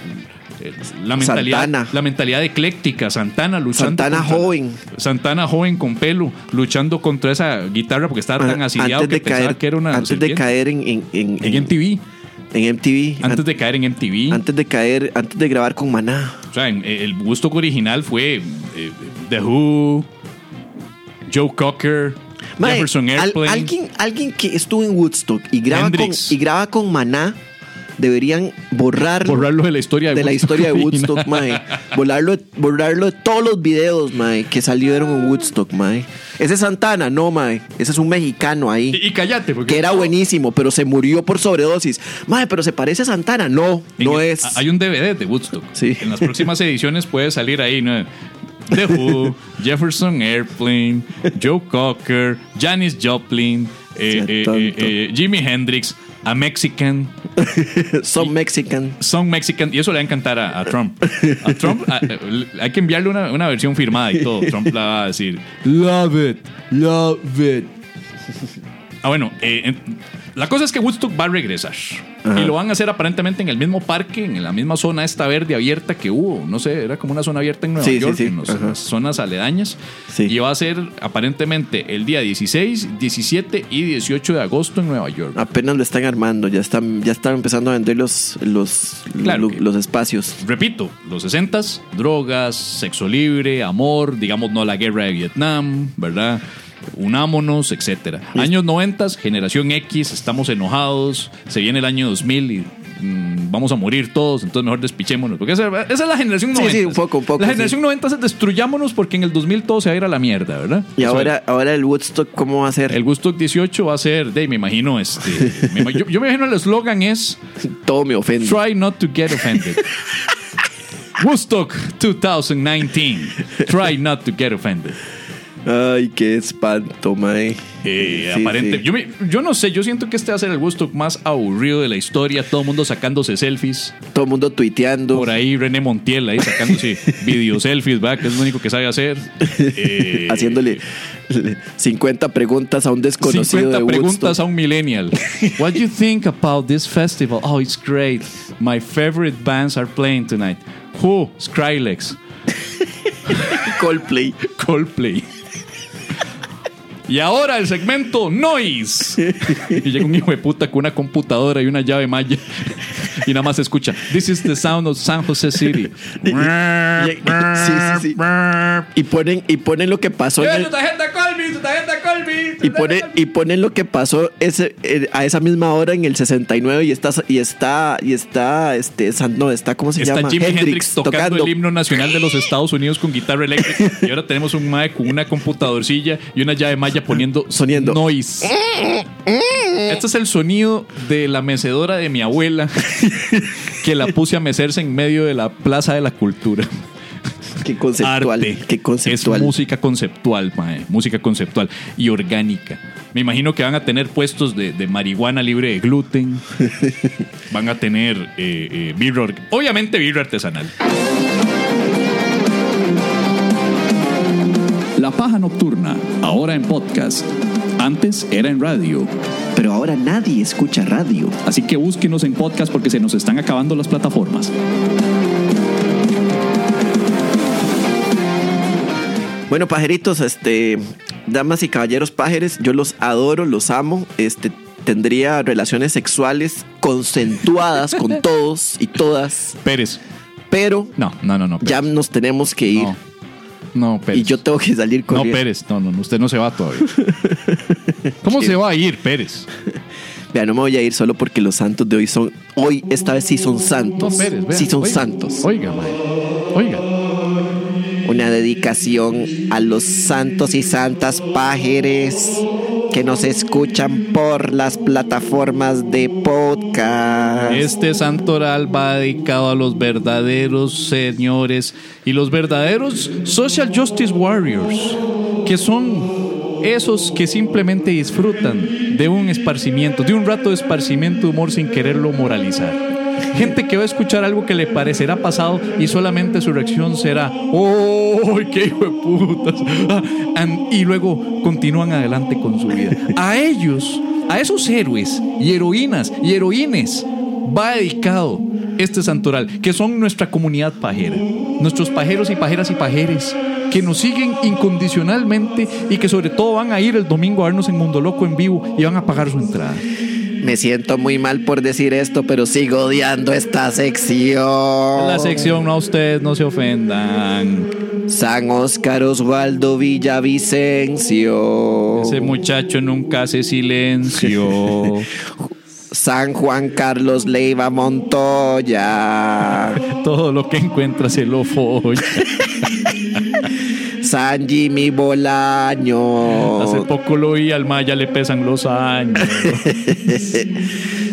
G: eh, la, mentalidad,
B: Santana.
G: la mentalidad ecléctica, Santana luchando.
B: Santana joven.
G: Santana joven con pelo, luchando contra esa guitarra porque estaba tan asiliado
B: Ah, antes de
G: que pensaba
B: caer,
G: que era una
B: antes de
G: serpiente.
B: caer en, en, en,
G: en MTV,
B: en MTV.
G: antes de caer en MTV.
B: antes de caer, antes de grabar con Maná.
G: O sea, en- eh, el gusto original fue eh, The Who, Joe Cocker,
B: Mae,
G: Jefferson
B: al-
G: Airplane.
B: alguien, alguien que estuvo en Woodstock y graba, con,
G: Hendrix.
B: y graba con Maná, deberían borrarlo,
G: Borrarlo de la historia de,
B: de la
G: Woodstock
B: historia de
G: original.
B: Woodstock, mae. Borrarlo, borrarlo de todos los videos, mae, que salieron en Woodstock, mae. Ese es Santana, no, mae. Ese es un mexicano ahí.
G: Y, y cállate, porque
B: Que era buenísimo, pero se murió por sobredosis. Mae, pero se parece a Santana. No,
G: en
B: no
G: el-
B: es.
G: Hay un DVD de Woodstock.
B: Sí.
G: En las próximas ediciones puede salir ahí, ¿no? The Who, Jefferson Airplane, Joe Cocker, Janis Joplin, eh,
B: Sea
G: eh,
B: tonto.
G: eh, eh, Jimi Hendrix, a Mexican,
B: Son Mexican.
G: Song Mexican, y eso le va a encantar a, a Trump. A Trump a- eh, hay que enviarle una, una versión firmada y todo. Trump la va a decir. Love it, love it. Ah, bueno, eh, en- la cosa es que Woodstock va a regresar. Y lo van a hacer aparentemente en el mismo parque, en la misma zona esta verde abierta que hubo. No sé, era como una zona abierta en Nueva
B: Sí, sí,
G: York,
B: sí.
G: en los-
B: Ajá.
G: las zonas aledañas.
B: Sí.
G: Y va a ser aparentemente el día 16, 17 y 18 de agosto en Nueva York.
B: Apenas lo están armando, ya están, ya están empezando a vender los, los,
G: Claro
B: lo-
G: que-
B: los espacios.
G: repito, los 60 drogas, sexo libre, amor, digamos no a la guerra de Vietnam, ¿verdad? Unámonos, etcétera. Años 90, generación X, estamos enojados, se viene el año 2000 y mm, vamos a morir todos, entonces mejor despichémonos, porque esa, esa es la generación
B: Sí,
G: 90.
B: sí, un poco, un poco,
G: La
B: sí.
G: generación 90 es destruyámonos porque en el 2000 todo se va a ir a la mierda, ¿verdad?
B: Y
G: Eso es.
B: ahora, ahora el Woodstock, ¿cómo va a ser?
G: El Gusto 18 va a ser, de, me imagino, este, me ima- yo, yo me imagino el eslogan es
B: Todo me ofende.
G: Try not to get offended. Woodstock 2019. Try not to get offended.
B: Ay, qué espanto, mae.
G: Eh,
B: Sí,
G: aparente.
B: sí.
G: Yo, me- yo no sé, yo siento que este va a ser el Woodstock más aburrido de la historia. Todo el mundo sacándose selfies.
B: Todo el mundo tuiteando.
G: Por ahí René Montiel ahí sacándose video selfies, ¿verdad? Que es lo único que sabe hacer. Eh,
B: Haciéndole 50 preguntas a un desconocido
G: 50
B: de
G: preguntas
B: Woodstock.
G: a un millennial. What do you think about this festival? Oh, it's great. My favorite bands are playing tonight. Who? Skrillex.
B: Coldplay.
G: Coldplay. Y ahora el segmento Noise. Y llega un hijo de puta con una computadora y una llave maya. Y nada más se escucha. This is the sound of San Jose City.
B: Sí, sí, sí. Y ponen, y ponen lo que pasó en el-
G: tarjeta Colby! ¡Tu tarjeta Colby!
B: y pone, y ponen lo que pasó ese, eh, a esa misma hora en el 69 y está y está y está este San- no está cómo se
G: Está
B: llama
G: Jimi Hendrix, tocando, el himno nacional de los Estados Unidos con guitarra eléctrica. Y ahora tenemos un mae con una computadorcilla y una llave maya poniendo
B: Soniendo.
G: noise. Este es el sonido de la mecedora de mi abuela que la puse a mecerse en medio de la Plaza de la Cultura.
B: qué conceptual
G: Arte.
B: qué conceptual
G: Es música conceptual, mae. Música conceptual y orgánica. Me imagino que van a tener puestos de, de marihuana libre de gluten. van a tener eh, eh, birra. org- Obviamente birra artesanal.
D: La paja nocturna, ahora en podcast. Antes era en radio,
H: Pero ahora nadie escucha radio.
D: así que búsquenos en podcast porque se nos están acabando las plataformas.
B: bueno pajeritos este damas y caballeros pájeres yo los adoro los amo este tendría relaciones sexuales consensuadas con todos y todas
G: Pérez.
B: pero
G: No, no, no, no. Pérez.
B: ya nos tenemos que ir
G: No, no, Pérez.
B: y yo tengo que salir
G: no,
B: corriendo
G: Pérez, no, no, no, usted no se va todavía. ¿Cómo se va a ir, Pérez?
B: Vea, no me voy a ir solo porque los santos de hoy son. Hoy, esta vez sí son
G: No,
B: santos.
G: Pérez, vea.
B: sí son
G: Oiga,
B: santos.
G: Oiga, mae. Oiga.
B: Una dedicación a los santos y santas pájeres que nos escuchan por las plataformas de podcast.
G: Este santoral va dedicado a los verdaderos señores y los verdaderos social justice warriors, que son esos que simplemente disfrutan de un esparcimiento, de un rato de esparcimiento de humor sin quererlo moralizar. Gente que va a escuchar algo que le parecerá pasado y solamente su reacción será, ¡oh, qué hijo de putas! Ah, and- y luego continúan adelante con su vida. A ellos, a esos héroes y heroínas y heroínes, va dedicado este santoral, que son nuestra comunidad pajera, nuestros pajeros y pajeras y pajeres, que nos siguen incondicionalmente y que sobre todo van a ir el domingo a vernos en Mundo Loco en vivo y van a pagar su entrada.
B: Me siento muy mal por decir esto, pero sigo odiando esta sección.
G: La sección, no a ustedes, no se ofendan.
B: San Óscar Osvaldo Villavicencio.
G: Ese muchacho nunca hace silencio.
B: San Juan Carlos Leiva Montoya.
G: Todo lo que encuentra se lo folla.
B: San Jimmy
G: Hace
B: Bolaño.
G: poco lo vi, al Maya le pesan los años.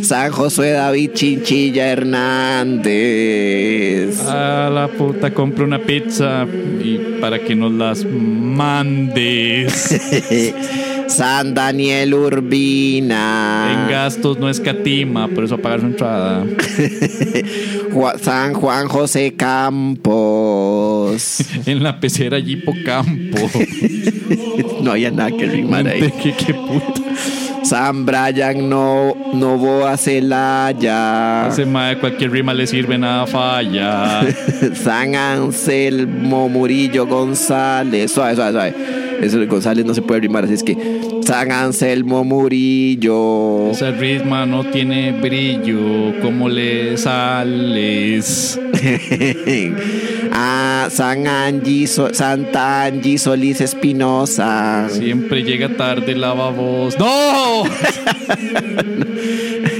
B: San José David Chinchilla Hernández.
G: A la puta, compra una pizza y para que nos las mandes.
B: San Daniel Urbina.
G: En gastos no escatima, por eso pagar su entrada.
B: Ju- San Juan José Campos.
G: En la pecera Yipo Campo.
B: no había nada que rimar ahí.
G: ¿Qué, qué puta?
B: San Brian no Novoa Celaya.
G: Ese mae, cualquier rima le sirve, nada falla.
B: San Anselmo Murillo González. Suave, suave, suave. Eso de González no se puede rimar, así es que. San Anselmo Murillo.
G: Esa ritma no tiene brillo, ¿cómo le sales?
B: ah, San Angie, So- Santa Angie Solís Espinosa.
G: Siempre llega tarde, lava voz. ¡No!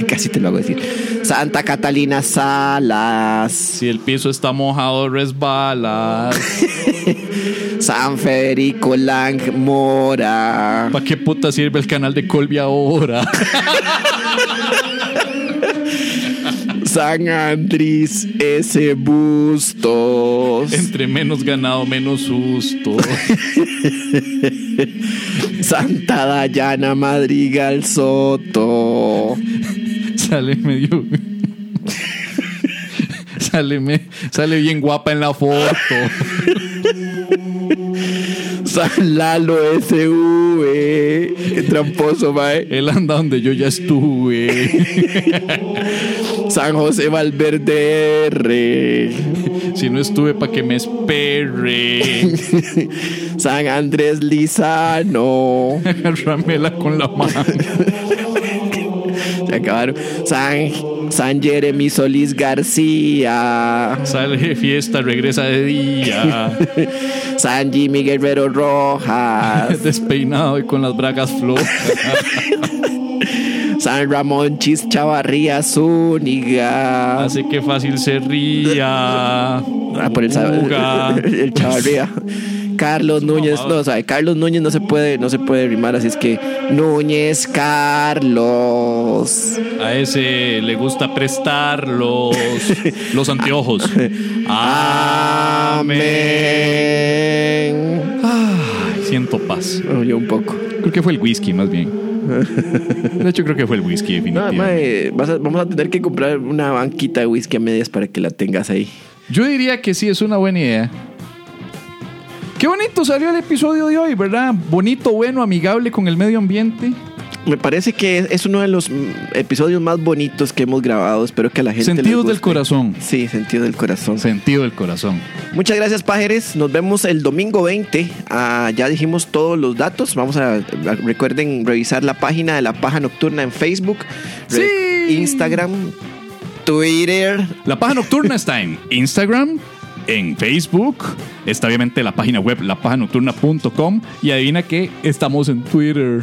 B: Casi te lo hago decir. Santa Catalina Salas.
G: Si el piso está mojado, resbalas.
B: San Federico Lang Mora.
G: ¿Para qué puta sirve el canal de Colby ahora?
B: San Andrés S. Bustos.
G: Entre menos ganado, menos susto.
B: Santa Dayana Madrigal Soto.
G: Sale medio. Sale, me- sale bien guapa en la foto.
B: San Lalo SV. Qué tramposo, mae.
G: Él anda donde yo ya estuve.
B: San José Valverde R.
G: Si no estuve, para que me espere.
B: San Andrés Lizano.
G: Ramela con la mano.
B: Se acabaron. San, San Jeremy Solís García.
G: Sale de fiesta, regresa de día.
B: San Jimmy Guerrero Rojas.
G: Despeinado y con las bragas flojas.
B: San Ramón Chis Chavarría Zúñiga.
G: Hace que fácil se ría.
B: Ah, por el,
G: Uga.
B: el, el Chavarría. Carlos Núñez, no, o sea, Carlos Núñez no se puede, no se puede rimar, así es que Núñez Carlos.
G: A ese le gusta prestar los, los anteojos.
B: Amén.
G: Ay, siento paz.
B: Me dolió un poco.
G: Creo que fue el whisky, más bien. De hecho, creo que fue el whisky,
B: No,
G: definitivamente.
B: mae, eh, vas a- vamos a tener que comprar una banquita de whisky a medias para que la tengas ahí.
G: Yo diría que sí, es una buena idea. Qué bonito salió el episodio de hoy, ¿verdad? Bonito, bueno, amigable con el medio ambiente.
B: Me parece que es, es uno de los mm, episodios más bonitos que hemos grabado. Espero que a la gente. les
G: Sentidos del
B: guste.
G: corazón.
B: Sí, sentido del corazón.
G: Sentido del corazón.
B: Muchas gracias, Pajeres. Nos vemos el domingo 20. Ah, ya dijimos todos los datos. Vamos a, a- recuerden revisar la página de la paja nocturna en Facebook, re-
G: Sí.
B: Instagram, Twitter.
G: La Paja Nocturna está en Instagram, en Facebook, está obviamente la página web lapajanocturna.com y adivina que estamos en Twitter.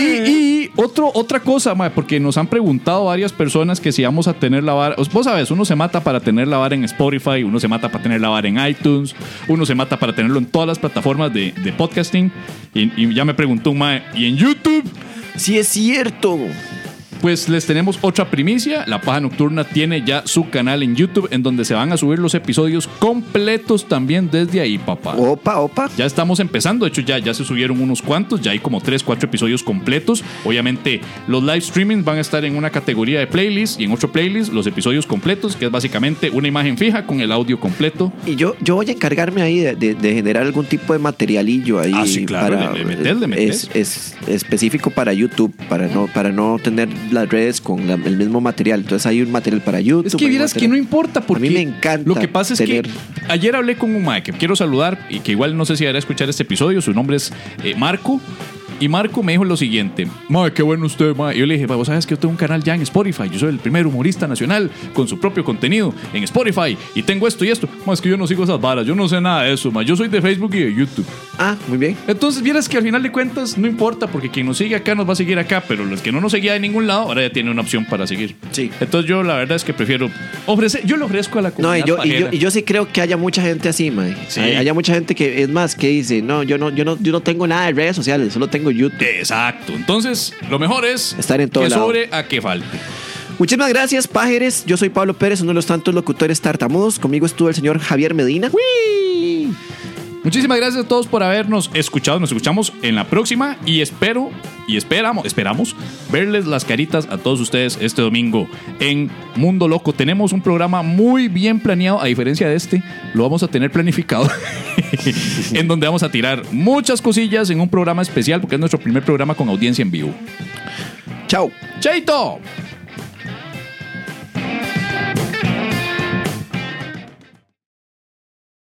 G: Y, y otro, otra cosa, mae, porque nos han preguntado varias personas que si vamos a tener la vara. Vos sabes, uno se mata para tener la vara en Spotify, uno se mata para tener la vara en iTunes, uno se mata para tenerlo en todas las plataformas de, de podcasting. Y, y ya me preguntó un mae, ¿y en YouTube?
B: Sí, es cierto.
G: Pues les tenemos otra primicia. La Paja Nocturna tiene ya su canal en YouTube en donde se van a subir los episodios completos también desde ahí, papá.
B: Opa, opa.
G: Ya estamos empezando, de hecho ya, ya se subieron unos cuantos, ya hay como 3, 4 episodios completos. Obviamente los live streamings van a estar en una categoría de playlist y en otro playlist los episodios completos, que es básicamente una imagen fija con el audio completo.
B: Y yo, yo voy a encargarme ahí de, de- de generar algún tipo de materialillo ahí.
G: Ah, sí, claro, le- le metes, le metes.
B: Es, es específico para YouTube, para no, para no tener las redes con la- el mismo material. Entonces hay un material para YouTube.
G: Es que
B: hay un
G: vieras que
B: material-
G: no importa porque
B: A mí me encanta.
G: Lo que pasa es
B: tener-
G: que ayer hablé con un mae que quiero saludar y que igual no sé si hará escuchar este episodio. Su nombre es eh, Marco. Y Marco me dijo lo siguiente: Mae, qué bueno usted, mae. Y Yo le dije: "Mae, Vos sabes que yo tengo un canal ya en Spotify. Yo soy el primer humorista nacional con su propio contenido en Spotify. Y tengo esto y esto. Mae, es que yo no sigo esas varas. Yo no sé nada de eso, mae. Yo soy de Facebook y de YouTube.
B: Ah, muy bien.
G: Entonces, vieras que al final de cuentas no importa, porque quien nos sigue acá nos va a seguir acá, pero los que no nos seguía de ningún lado, ahora ya tiene una opción para seguir.
B: Sí.
G: Entonces, yo la verdad es que prefiero ofrecer, yo le ofrezco a la
B: No,
G: comunidad.
B: y yo, y, yo,
G: pajera.
B: y yo sí creo que haya mucha gente así, mae.
G: Sí.
B: Hay- Haya mucha gente que, es más, que dice, no, yo no, yo no, yo no tengo nada de redes sociales, solo tengo YouTube.
G: Exacto. Entonces, lo mejor es
B: Estar en todo
G: que
B: lado.
G: sobre a que falte.
B: Muchísimas gracias, Pájeres. Yo soy Pablo Pérez, uno de los tantos locutores tartamudos. Conmigo estuvo el señor Javier Medina.
G: Muchísimas gracias a todos por habernos escuchado. Nos escuchamos en la próxima y espero y esperamos, esperamos verles las caritas a todos ustedes este domingo en Mundo Loco. Tenemos un programa muy bien planeado, a diferencia de este, lo vamos a tener planificado. en donde vamos a tirar muchas cosillas en un programa especial porque es nuestro primer programa con audiencia en vivo.
B: Chao.
G: ¡Chaito!